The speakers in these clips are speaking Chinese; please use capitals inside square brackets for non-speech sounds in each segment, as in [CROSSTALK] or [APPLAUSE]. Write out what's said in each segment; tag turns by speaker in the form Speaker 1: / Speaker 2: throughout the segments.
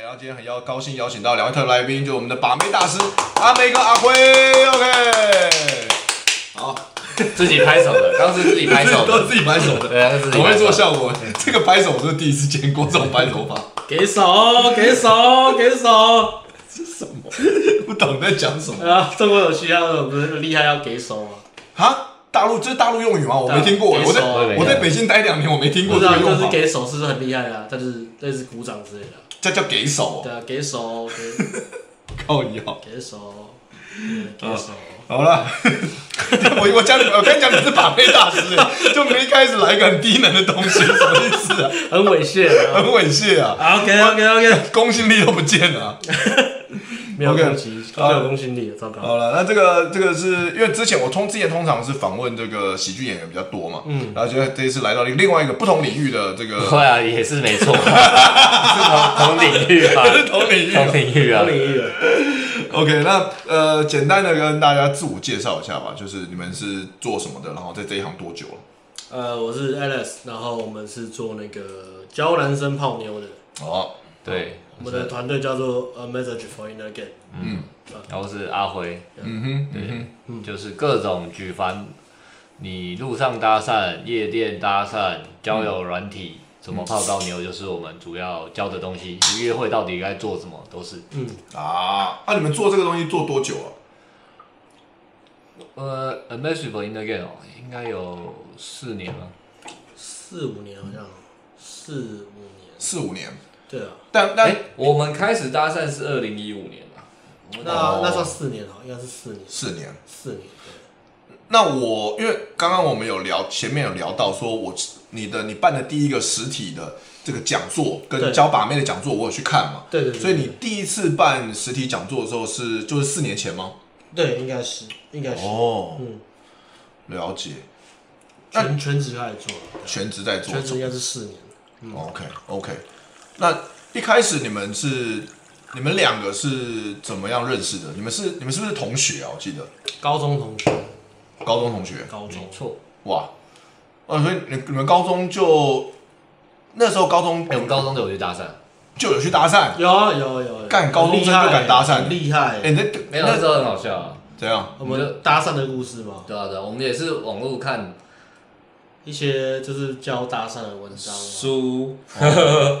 Speaker 1: 然后今天很邀高兴邀请到两位特别来宾，就是我们的把妹大师阿梅跟阿辉。OK，好，
Speaker 2: 自己拍手的，当时自己拍手
Speaker 1: 都
Speaker 2: 的，
Speaker 1: 是自己拍手的。
Speaker 2: 对啊，是自己
Speaker 1: 我会
Speaker 2: 拍手
Speaker 1: 做
Speaker 2: 的。
Speaker 1: 效果，这个拍手我是第一次见过这种拍手法，
Speaker 3: 给手，给手，给手
Speaker 1: 不懂在讲什么
Speaker 3: [LAUGHS] 啊！中国有需要的，不是厉害要给手吗？
Speaker 1: 啊？大陆这是大陆用语吗？我没听过，
Speaker 3: 对
Speaker 1: 我在
Speaker 3: 给手
Speaker 2: 啊
Speaker 1: 我在北京待两年，我没听
Speaker 3: 不
Speaker 1: 过
Speaker 3: 知
Speaker 1: 这个
Speaker 3: 道，就
Speaker 1: 用
Speaker 3: 是
Speaker 1: 法，
Speaker 3: 给手是不是很厉害啊？但是类似鼓掌之类的啊，
Speaker 1: 这叫给手哦，
Speaker 3: 对啊，给手，给
Speaker 1: 靠你好。
Speaker 3: 给手，对给手。
Speaker 1: 好了， [LAUGHS] 我我讲你，我跟你讲你是把妹大师，欸就没开始来一个很低能的东西，什么意思啊？
Speaker 3: 很猥亵
Speaker 1: 很
Speaker 3: [LAUGHS] 啊。
Speaker 1: 猥亵啊！
Speaker 3: OK，OK，OK，
Speaker 1: 公信力都不见了啊、
Speaker 3: 没有
Speaker 1: OK，
Speaker 3: 攻击，没有公信力，糟糕。
Speaker 1: 好了，那这个这个是因为之前我通之前通常是访问这个喜剧演员比较多嘛，嗯，然后就这一次来到另外一个不同领域的这
Speaker 4: [LAUGHS]
Speaker 1: 个
Speaker 2: 对啊，也是没错，是同同领域啊，
Speaker 1: 同领域啊、
Speaker 2: 同领域啊
Speaker 3: 当。领域了，
Speaker 1: OK，那呃，简单的跟大家自我介绍一下吧，就是你们是做什么的，然后在这一行多久了？
Speaker 3: 呃，我是 Alice，然后我们是做那个教男生泡妞的，
Speaker 1: 哦，
Speaker 2: 对，
Speaker 3: 我们的团队叫做呃 A Message for Inner Game。
Speaker 2: 然后是阿辉，
Speaker 1: 嗯哼，嗯哼，
Speaker 2: 对，就是各种举凡你路上搭讪、夜店搭讪、交友软体。怎么泡到妞，就是我们主要教的东西。约会到底该做什么，都是
Speaker 1: 啊，那、你们做这个东西做多久啊？
Speaker 2: 呃 a m a z i n g in the game 哦应该有四年了。
Speaker 3: 四五年好像，四五年，
Speaker 1: 四五年，
Speaker 3: 对啊，
Speaker 1: 但但、
Speaker 4: 哎、我们开始搭讪是二零一五年嘛，
Speaker 3: 那那算四年好，应该是四年，
Speaker 1: 四年。
Speaker 3: 四年，
Speaker 1: 那我因为刚刚我们有聊，前面有聊到说我你的你办的第一个实体的这个讲座跟
Speaker 3: 对
Speaker 1: 教把妹的讲座，我有去看嘛。
Speaker 3: 对对对对
Speaker 1: 所以你第一次办实体讲座的时候是就是四年前吗？
Speaker 3: 对，应该是，应该是，
Speaker 1: 哦，
Speaker 3: 嗯，
Speaker 1: 了解，
Speaker 3: 全全职开始做了，对啊
Speaker 1: 全职在做
Speaker 3: 全职应该是四年，
Speaker 1: OK OK，那一开始你们是你们两个是怎么样认识的？你们是你们是不是同学啊？我记得
Speaker 3: 高中同学，
Speaker 1: 高中同学。
Speaker 3: 高中
Speaker 2: 没，错，
Speaker 1: 哇，哦，所以你你们高中就那时候高中
Speaker 2: 哎，我们高中就有去搭讪，
Speaker 1: 就有去搭讪。
Speaker 3: 有啊有啊有啊，
Speaker 1: 干高中生就敢搭讪
Speaker 3: 很厉害
Speaker 1: 哎、
Speaker 3: 欸，
Speaker 1: 你在
Speaker 2: 没有那时候很好笑啊。
Speaker 1: 怎样？
Speaker 3: 我们搭讪的故事嘛，
Speaker 2: 对啊，对啊，我们也是网络看，
Speaker 3: 一些就是教搭讪的文章啊嘛，
Speaker 4: 书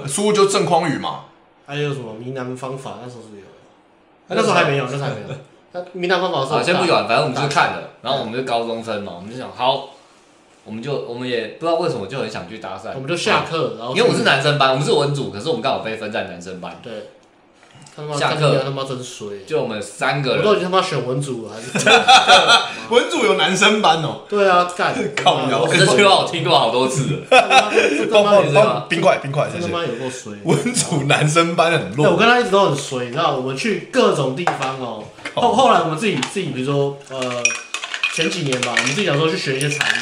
Speaker 1: 书呃就郑匡宇嘛，
Speaker 3: 还有什么闽南方法，那时候是有的，啊那时候还没有，那时候还没有，那闽南方法是
Speaker 2: 好
Speaker 3: 我
Speaker 2: 先不
Speaker 3: 大
Speaker 2: 管，反正我们就看了，然后我们就高中生嘛，我们就想好，我们就我们也不知道为什么就很想去搭讪
Speaker 3: 我，们就下课，然后
Speaker 2: 因为我们是男生班，我们是文组，可是我们刚好被分在男生班，
Speaker 3: 对，他妈
Speaker 2: 下
Speaker 3: 干
Speaker 2: 课
Speaker 3: 你娘他妈真衰，
Speaker 2: 就我们三个
Speaker 3: 我到
Speaker 2: 人，
Speaker 3: 底他妈选文组还是？
Speaker 1: 文组有男生班哦、
Speaker 3: 对啊，干
Speaker 1: 靠腰
Speaker 2: 这句话我听过好多次了，
Speaker 3: 这他
Speaker 1: 帮
Speaker 3: 妈
Speaker 1: 帮
Speaker 3: 有
Speaker 2: 是
Speaker 1: 帮
Speaker 2: 吗
Speaker 1: 哦冰块冰块，谢
Speaker 3: 这他
Speaker 1: 谢。
Speaker 3: 妈有够水。
Speaker 1: 文组男生班很
Speaker 3: 对，我
Speaker 1: 弱，
Speaker 3: 跟他一直都很水，你知道，我们去各种地方哦。后后来我们自己自己，比如说呃，前几年吧，我们自己想说去学一些才艺。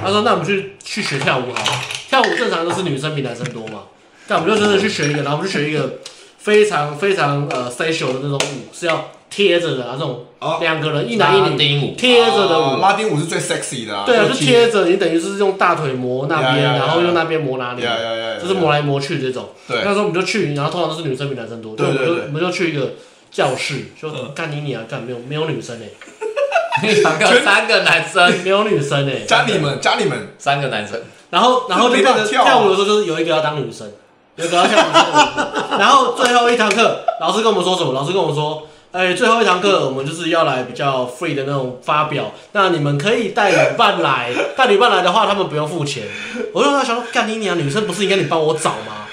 Speaker 3: 他说：“那我们去去学跳舞好了，跳舞正常都是女生比男生多嘛。”但我们就真的去学一个，然后我们就学一个非常非常呃 social 的那种舞，是要贴着的啊，那种
Speaker 1: 哦
Speaker 3: 两个人一男一
Speaker 2: 拉
Speaker 3: 女
Speaker 2: 丁舞
Speaker 3: 贴着的舞
Speaker 1: 啊，拉丁舞是最 sexy 的啊，
Speaker 3: 对啊，就
Speaker 1: 就
Speaker 3: 贴着，你等于是用大腿磨那边，
Speaker 1: 呀呀呀
Speaker 3: 然后用那边磨那里
Speaker 1: 呀呀呀呀
Speaker 3: 就是磨来磨去这种。
Speaker 1: 对
Speaker 3: 那时候我们就去，然后通常都是女生比男生多，
Speaker 1: 对对
Speaker 3: 就我们
Speaker 1: 对嗯
Speaker 3: 就我们就去一个教室，就干你你啊，干没有没有女生哎，
Speaker 2: 两个 [LAUGHS] 三个男生，
Speaker 3: 没有女生哎。
Speaker 1: 家里们家里们
Speaker 2: 三个男生，
Speaker 3: 然后然后就变
Speaker 1: 没办
Speaker 3: 成
Speaker 1: 法跳啊
Speaker 3: 跳舞的时候，就是有一个要当女生，有一个要跳女生的舞。然后最后一堂课，老师跟我们说什么？老师跟我们说。哎，最后一堂课我们就是要来比较 free 的那种发表，那你们可以带旅伴来，带旅伴来的话，他们不用付钱。我就在想说，干你娘，女生不是应该你帮我找吗？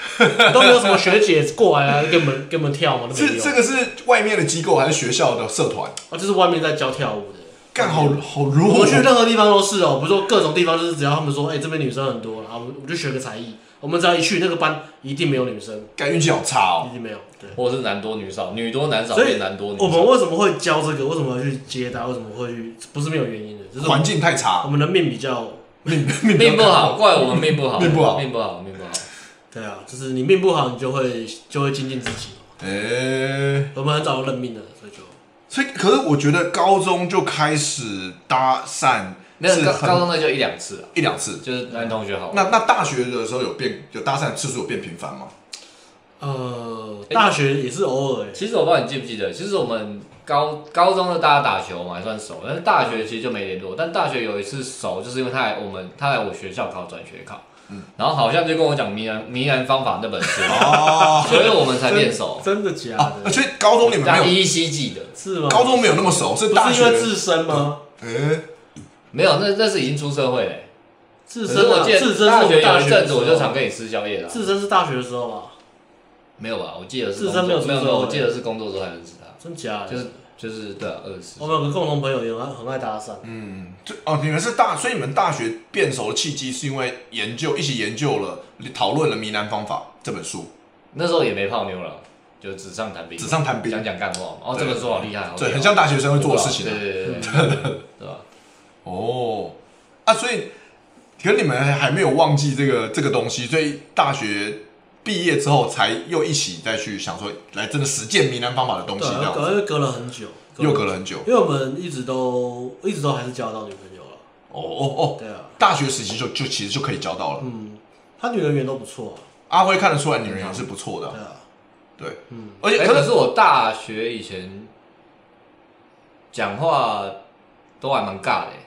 Speaker 3: 都没有什么学姐过来啊，给我们给我们跳吗？都没
Speaker 1: 这
Speaker 3: 有
Speaker 1: 这，个是外面的机构还是学校的社团？
Speaker 3: 啊，就是外面在教跳舞的。
Speaker 1: 干好好
Speaker 3: 我
Speaker 1: 如
Speaker 3: 们
Speaker 1: 火
Speaker 3: 去任何地方都是哦，不是说各种地方，就是只要他们说，哎、这边女生很多，然后我们就学个才艺。我们只要一去那个班，一定没有女生，
Speaker 1: 干运气好差哦
Speaker 3: 一。定没有。对，
Speaker 2: 或是男多女少，女多男少
Speaker 3: 所以
Speaker 2: 变男多女
Speaker 3: 我
Speaker 2: 少，
Speaker 3: 们为什么会教这个？为什么要去接单？为什么会去？不是没有原因的，就是我
Speaker 1: 环
Speaker 3: 们
Speaker 1: 境太
Speaker 3: 我
Speaker 1: 差，
Speaker 3: 们的命比较，
Speaker 1: 命命
Speaker 2: 命不好，，怪我们命不好，
Speaker 1: 命不好
Speaker 2: 命不好，命不好。
Speaker 3: 对啊，就是你命不好，你就会就会精进自己。
Speaker 1: 哎、
Speaker 3: 我们很早就认命了，所以就
Speaker 1: 所以可是我觉得高中就开始搭讪
Speaker 2: 没有
Speaker 1: 是
Speaker 2: 高高
Speaker 1: 很
Speaker 2: 中那就一两次啊，
Speaker 1: 一两次，
Speaker 2: 就是男同学好
Speaker 3: [LAUGHS]
Speaker 2: 玩。
Speaker 1: 那那大学的时候有变有搭讪次数有变频繁吗？
Speaker 3: 呃，大学也是偶尔、欸，
Speaker 4: 其实我不知道你记不记得，其实我们高高中的大家打球嘛还算熟，但是大学其实就没联络。但大学有一次熟，就是因为他来我们他来我学校考转学考，然后好像就跟我讲《迷人迷人方法》那本书，
Speaker 1: 哦，
Speaker 4: 所以我们才变熟。
Speaker 3: 真的假
Speaker 1: 啊，
Speaker 3: 的？
Speaker 1: 所以高中你们
Speaker 4: 但
Speaker 1: 没有，
Speaker 4: 依稀记得，
Speaker 3: 是吗？
Speaker 1: 高中没有那么熟，是大
Speaker 3: 不是
Speaker 1: 学
Speaker 3: 因为。自身吗？
Speaker 1: 哎，
Speaker 4: 没有，那那是已经出社会嘞、
Speaker 3: 自
Speaker 4: 可
Speaker 3: 身
Speaker 4: 是我
Speaker 3: 啊，
Speaker 4: 记得
Speaker 3: 自身是
Speaker 4: 大
Speaker 3: 我
Speaker 4: 学
Speaker 3: 们
Speaker 4: 有
Speaker 3: 大
Speaker 4: 一
Speaker 3: 学
Speaker 4: 阵
Speaker 3: 的
Speaker 4: 子
Speaker 3: 时
Speaker 4: 我
Speaker 3: 候
Speaker 4: 就常跟你吃宵夜了，
Speaker 3: 自身是大学的时候啊吧？
Speaker 4: 没有吧？我记得是
Speaker 3: 自
Speaker 4: 工
Speaker 3: 身没有
Speaker 4: 作
Speaker 3: 出
Speaker 4: 没有没
Speaker 3: 社
Speaker 4: 有，
Speaker 3: 会
Speaker 4: 我记得是工作之后才认识他，
Speaker 3: 真假的？
Speaker 4: 就是就是对啊，二十
Speaker 3: 我。们有个共同朋友也很爱很爱搭讪，
Speaker 1: 嗯，就哦，你们是大，所以你们大学变熟的契机是因为研究一起研究了讨论了《迷南方法》这本书，
Speaker 4: 那时候也没泡妞了，就纸上谈兵，
Speaker 1: 纸上谈兵
Speaker 4: 讲讲干话嘛。哦，
Speaker 1: 对
Speaker 4: 这本书好厉害，好屌
Speaker 1: 对，很像大学生会做的事情啊。
Speaker 4: 对对对对对，对吧？
Speaker 1: 哦，啊，所以可能你们还没有忘记这个这个东西，所以大学毕业之后才又一起再去想说，来真的实践迷南方法的东西，
Speaker 3: 对
Speaker 1: 这
Speaker 3: 啊，
Speaker 1: 样子
Speaker 3: 隔因为隔了很久，
Speaker 1: 又隔
Speaker 3: 了
Speaker 1: 了很久。
Speaker 3: 很久，因为我们一直都一直都还是交得到女朋友了，
Speaker 1: 哦哦哦，
Speaker 3: 对啊，
Speaker 1: 大学时期就就其实就可以交到了。
Speaker 3: 嗯，他女人缘都不错、
Speaker 1: 阿辉看得出来女人也是不错的
Speaker 3: 啊，
Speaker 1: 啊
Speaker 3: 对，
Speaker 1: 对，
Speaker 3: 啊，嗯，
Speaker 1: 而且
Speaker 4: 哎
Speaker 1: 可
Speaker 4: 可
Speaker 1: 是
Speaker 4: 是我大学以前讲话都还蛮尬的欸，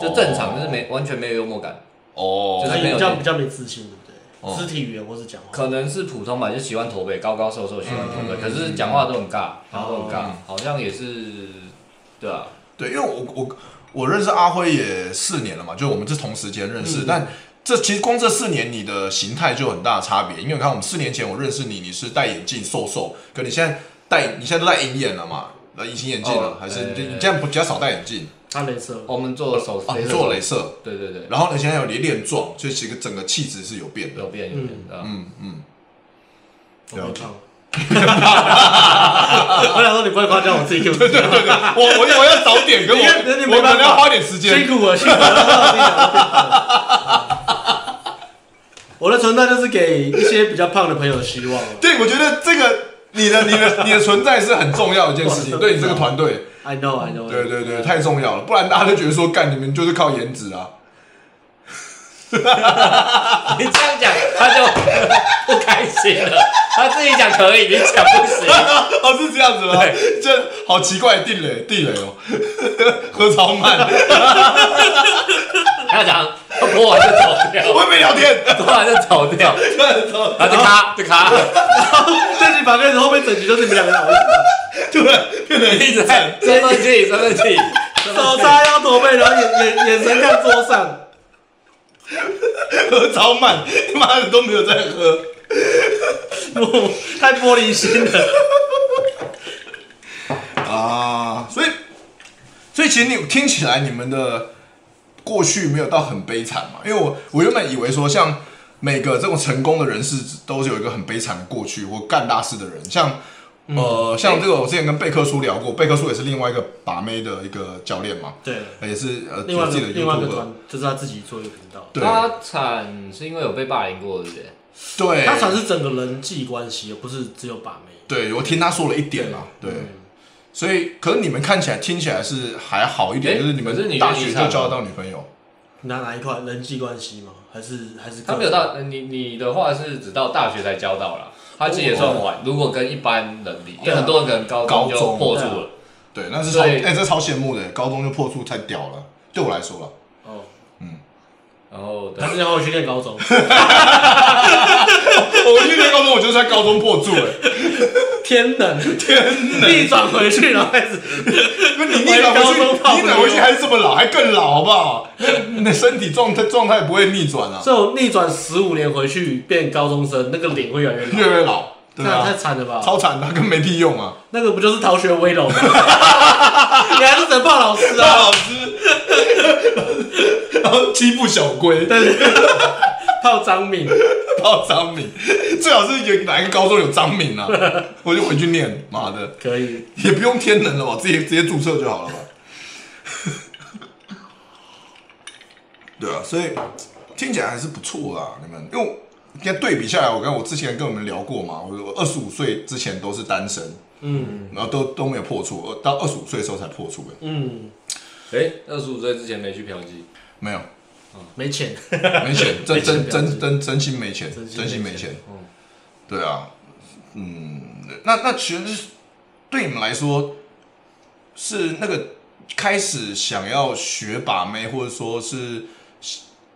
Speaker 4: 就正常，就是没完全没有幽默感，
Speaker 1: 哦，
Speaker 4: 就
Speaker 3: 他
Speaker 4: 是没
Speaker 3: 也
Speaker 4: 有
Speaker 3: 比较比较没自信，对不
Speaker 1: 哦
Speaker 3: 对？肢体语言或是讲话，
Speaker 4: 可能是普通吧，就喜欢驼背，高高瘦瘦喜欢驼背，可是讲话都很尬，然后都很尬，好像也是对啊，
Speaker 1: 对，因为我我我认识阿辉也四年了嘛，就我们是同时间认识，但这其实光这四年你的形态就有很大的差别，因为你看我们四年前我认识你，你是戴眼镜瘦瘦，可你现在戴你现在都戴隐眼了嘛，呃隐形眼镜了，
Speaker 4: 哦
Speaker 1: 还是你
Speaker 4: 对
Speaker 1: 你现在比较少戴眼镜，
Speaker 3: 他雷射，
Speaker 4: 我们做手
Speaker 1: 哦，你做
Speaker 4: 了，
Speaker 1: 镭射，
Speaker 4: 对对对，
Speaker 1: 然后你现在有脸脸壮，所以其实整个气质是有变
Speaker 4: [LAUGHS]
Speaker 1: 的，
Speaker 4: 有变有变，对啊
Speaker 1: 嗯嗯，
Speaker 3: 我
Speaker 1: 了
Speaker 3: 没
Speaker 1: 解
Speaker 3: 胖。 [LAUGHS] 我想说你不会夸奖我自己，对不
Speaker 1: [LAUGHS]
Speaker 3: 对？
Speaker 1: 我我我要早点跟我
Speaker 3: 你看你没
Speaker 1: 我可
Speaker 3: 办
Speaker 1: 能
Speaker 3: 法
Speaker 1: 要花点时
Speaker 3: 辛
Speaker 1: 间，
Speaker 3: 苦了，辛 [LAUGHS] 苦了。我的存在就是给一些比较胖的朋友希望啊了。
Speaker 1: 对，我觉得这个你的你的你的存在是很重要的一件事情，对你这个团队。
Speaker 3: I know, I know.
Speaker 1: 对对对，太重要了，不然大家都觉得说干你们就是靠颜值啊。
Speaker 4: [LAUGHS] 你这样讲，他就不开心了。他自己讲可以，你讲不 [LAUGHS] 行。
Speaker 1: [LAUGHS] 哦，是这样子吗？这好奇怪，地雷地雷哦， [LAUGHS] 何超曼，
Speaker 4: 他讲，他播完就走掉，
Speaker 1: [LAUGHS] 我也没聊天，
Speaker 4: 播完就走 [LAUGHS] 掉，然后就咔就咔，
Speaker 3: 这集反正后面整集都是你们两个老师，
Speaker 1: [LAUGHS] 突然变得
Speaker 4: 一直在生闷气，生闷气。
Speaker 3: [LAUGHS] 手叉腰驼背，然后眼眼眼神看桌上。
Speaker 1: 何超曼，妈的都没有在喝。
Speaker 3: 我 [LAUGHS] 太玻璃心了。
Speaker 1: 啊，所以，所以其实你听起来你们的过去没有到很悲惨嘛？因为我我原本以为说像每个这种成功的人士都是有一个很悲惨的过去或干大事的人，像。
Speaker 3: 嗯
Speaker 1: 呃，像这个我之前跟贝克叔聊过，贝克叔也是另外一个把妹的一个教练嘛，
Speaker 3: 对，
Speaker 1: 也是呃
Speaker 3: 另外
Speaker 1: 有
Speaker 3: 一
Speaker 1: 自
Speaker 3: 个
Speaker 1: 己的
Speaker 3: 另外一个
Speaker 1: YouTube，
Speaker 3: 团就是他自己做一个频道，
Speaker 1: 对
Speaker 4: 他惨是因为有被霸凌过，对不对？
Speaker 1: 对，
Speaker 3: 他才是整个人际关系，不是只有把妹。
Speaker 1: 对我听他说了一点啦，对，所以可能你们看起来听起来是还好一点，
Speaker 4: 诶
Speaker 1: 就是你
Speaker 4: 可是
Speaker 1: 们
Speaker 4: 你
Speaker 1: 大学
Speaker 4: 你
Speaker 1: 就
Speaker 4: 惨
Speaker 1: 交得
Speaker 4: 吗
Speaker 1: 到女朋友，
Speaker 3: 哪哪一块人际关系吗？还是还是个
Speaker 4: 他没有到呃你你的话是只到大学才交到啦，他其实也算晚。如果跟一般人比，因为很多人可能高中
Speaker 1: 高
Speaker 4: 就
Speaker 1: 中
Speaker 4: 破处
Speaker 3: 对
Speaker 1: 对，
Speaker 4: 了，
Speaker 1: 那是超哎、
Speaker 4: 对
Speaker 1: 这超羡慕的，高中就破处太屌了，对我来说了。
Speaker 3: 哦，
Speaker 4: 然后对
Speaker 3: 他之前我去念高中，
Speaker 1: [LAUGHS] 我去念高中，我就在高中破处哎，
Speaker 3: [LAUGHS] 天冷天冷，逆转回去然后开 [LAUGHS] 始，
Speaker 1: [LAUGHS] 那你逆转回
Speaker 3: 回高中泡
Speaker 1: 去，
Speaker 3: 妞
Speaker 1: 逆转回去还是这么老，还更老好不好？那你的身体状态状态不会逆转啊，
Speaker 3: 这种逆转十五年回去变高中生，那个脸会越来越
Speaker 1: 越
Speaker 3: 老，
Speaker 1: 来越老，对
Speaker 3: 那太
Speaker 1: 啊，
Speaker 3: 惨了吧？
Speaker 1: 超惨的，跟没屁用啊。
Speaker 3: 那个不就是逃学威龙吗？ [LAUGHS] 你还是只能怕老师啊，
Speaker 1: 老师，然后欺负小龟，
Speaker 3: 泡张敏，
Speaker 1: 到张敏，最好是有哪一个高中有张敏啊，我就回去念，妈的，
Speaker 3: 可以，
Speaker 1: 也不用天能了吧，直接直接注册就好了吧。对啊，所以听起来还是不错啦，你们，因为我跟对比下来，我跟我之前跟我们聊过嘛，我我二十五岁之前都是单身，
Speaker 3: 嗯
Speaker 1: 然后都都没有破处，呃到二十五岁的时候才破处的，
Speaker 3: 嗯，
Speaker 4: 哎，二十五岁之前没去嫖妓，
Speaker 1: 没有，
Speaker 3: 没钱，
Speaker 1: 没钱，真
Speaker 3: 没
Speaker 1: 真
Speaker 3: 钱不要
Speaker 1: 真
Speaker 3: 紧
Speaker 1: 真真心没钱，
Speaker 3: 真心嗯
Speaker 1: 真心没
Speaker 3: 没
Speaker 1: 钱
Speaker 3: 钱，
Speaker 1: 对啊，那那其实是对你们来说是那个开始想要学把妹，或者说是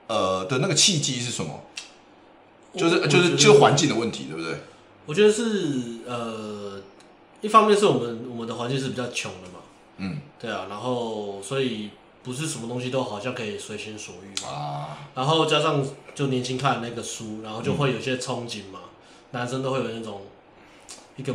Speaker 1: 呃的那个契机是什么？就是
Speaker 3: 我
Speaker 1: 就
Speaker 3: 我觉
Speaker 1: 是
Speaker 3: 得
Speaker 1: 就是环境的问题，对不对？
Speaker 3: 我觉得是呃，一方面是我们我们的环境是比较穷的嘛，
Speaker 1: 嗯
Speaker 3: 对啊，然后所以不是什么东西都好像可以随心所欲嘛，
Speaker 1: 啊，
Speaker 3: 然后加上就年轻看那个书，然后就会有一些憧憬嘛，
Speaker 1: 嗯
Speaker 3: 男生都会有那种一个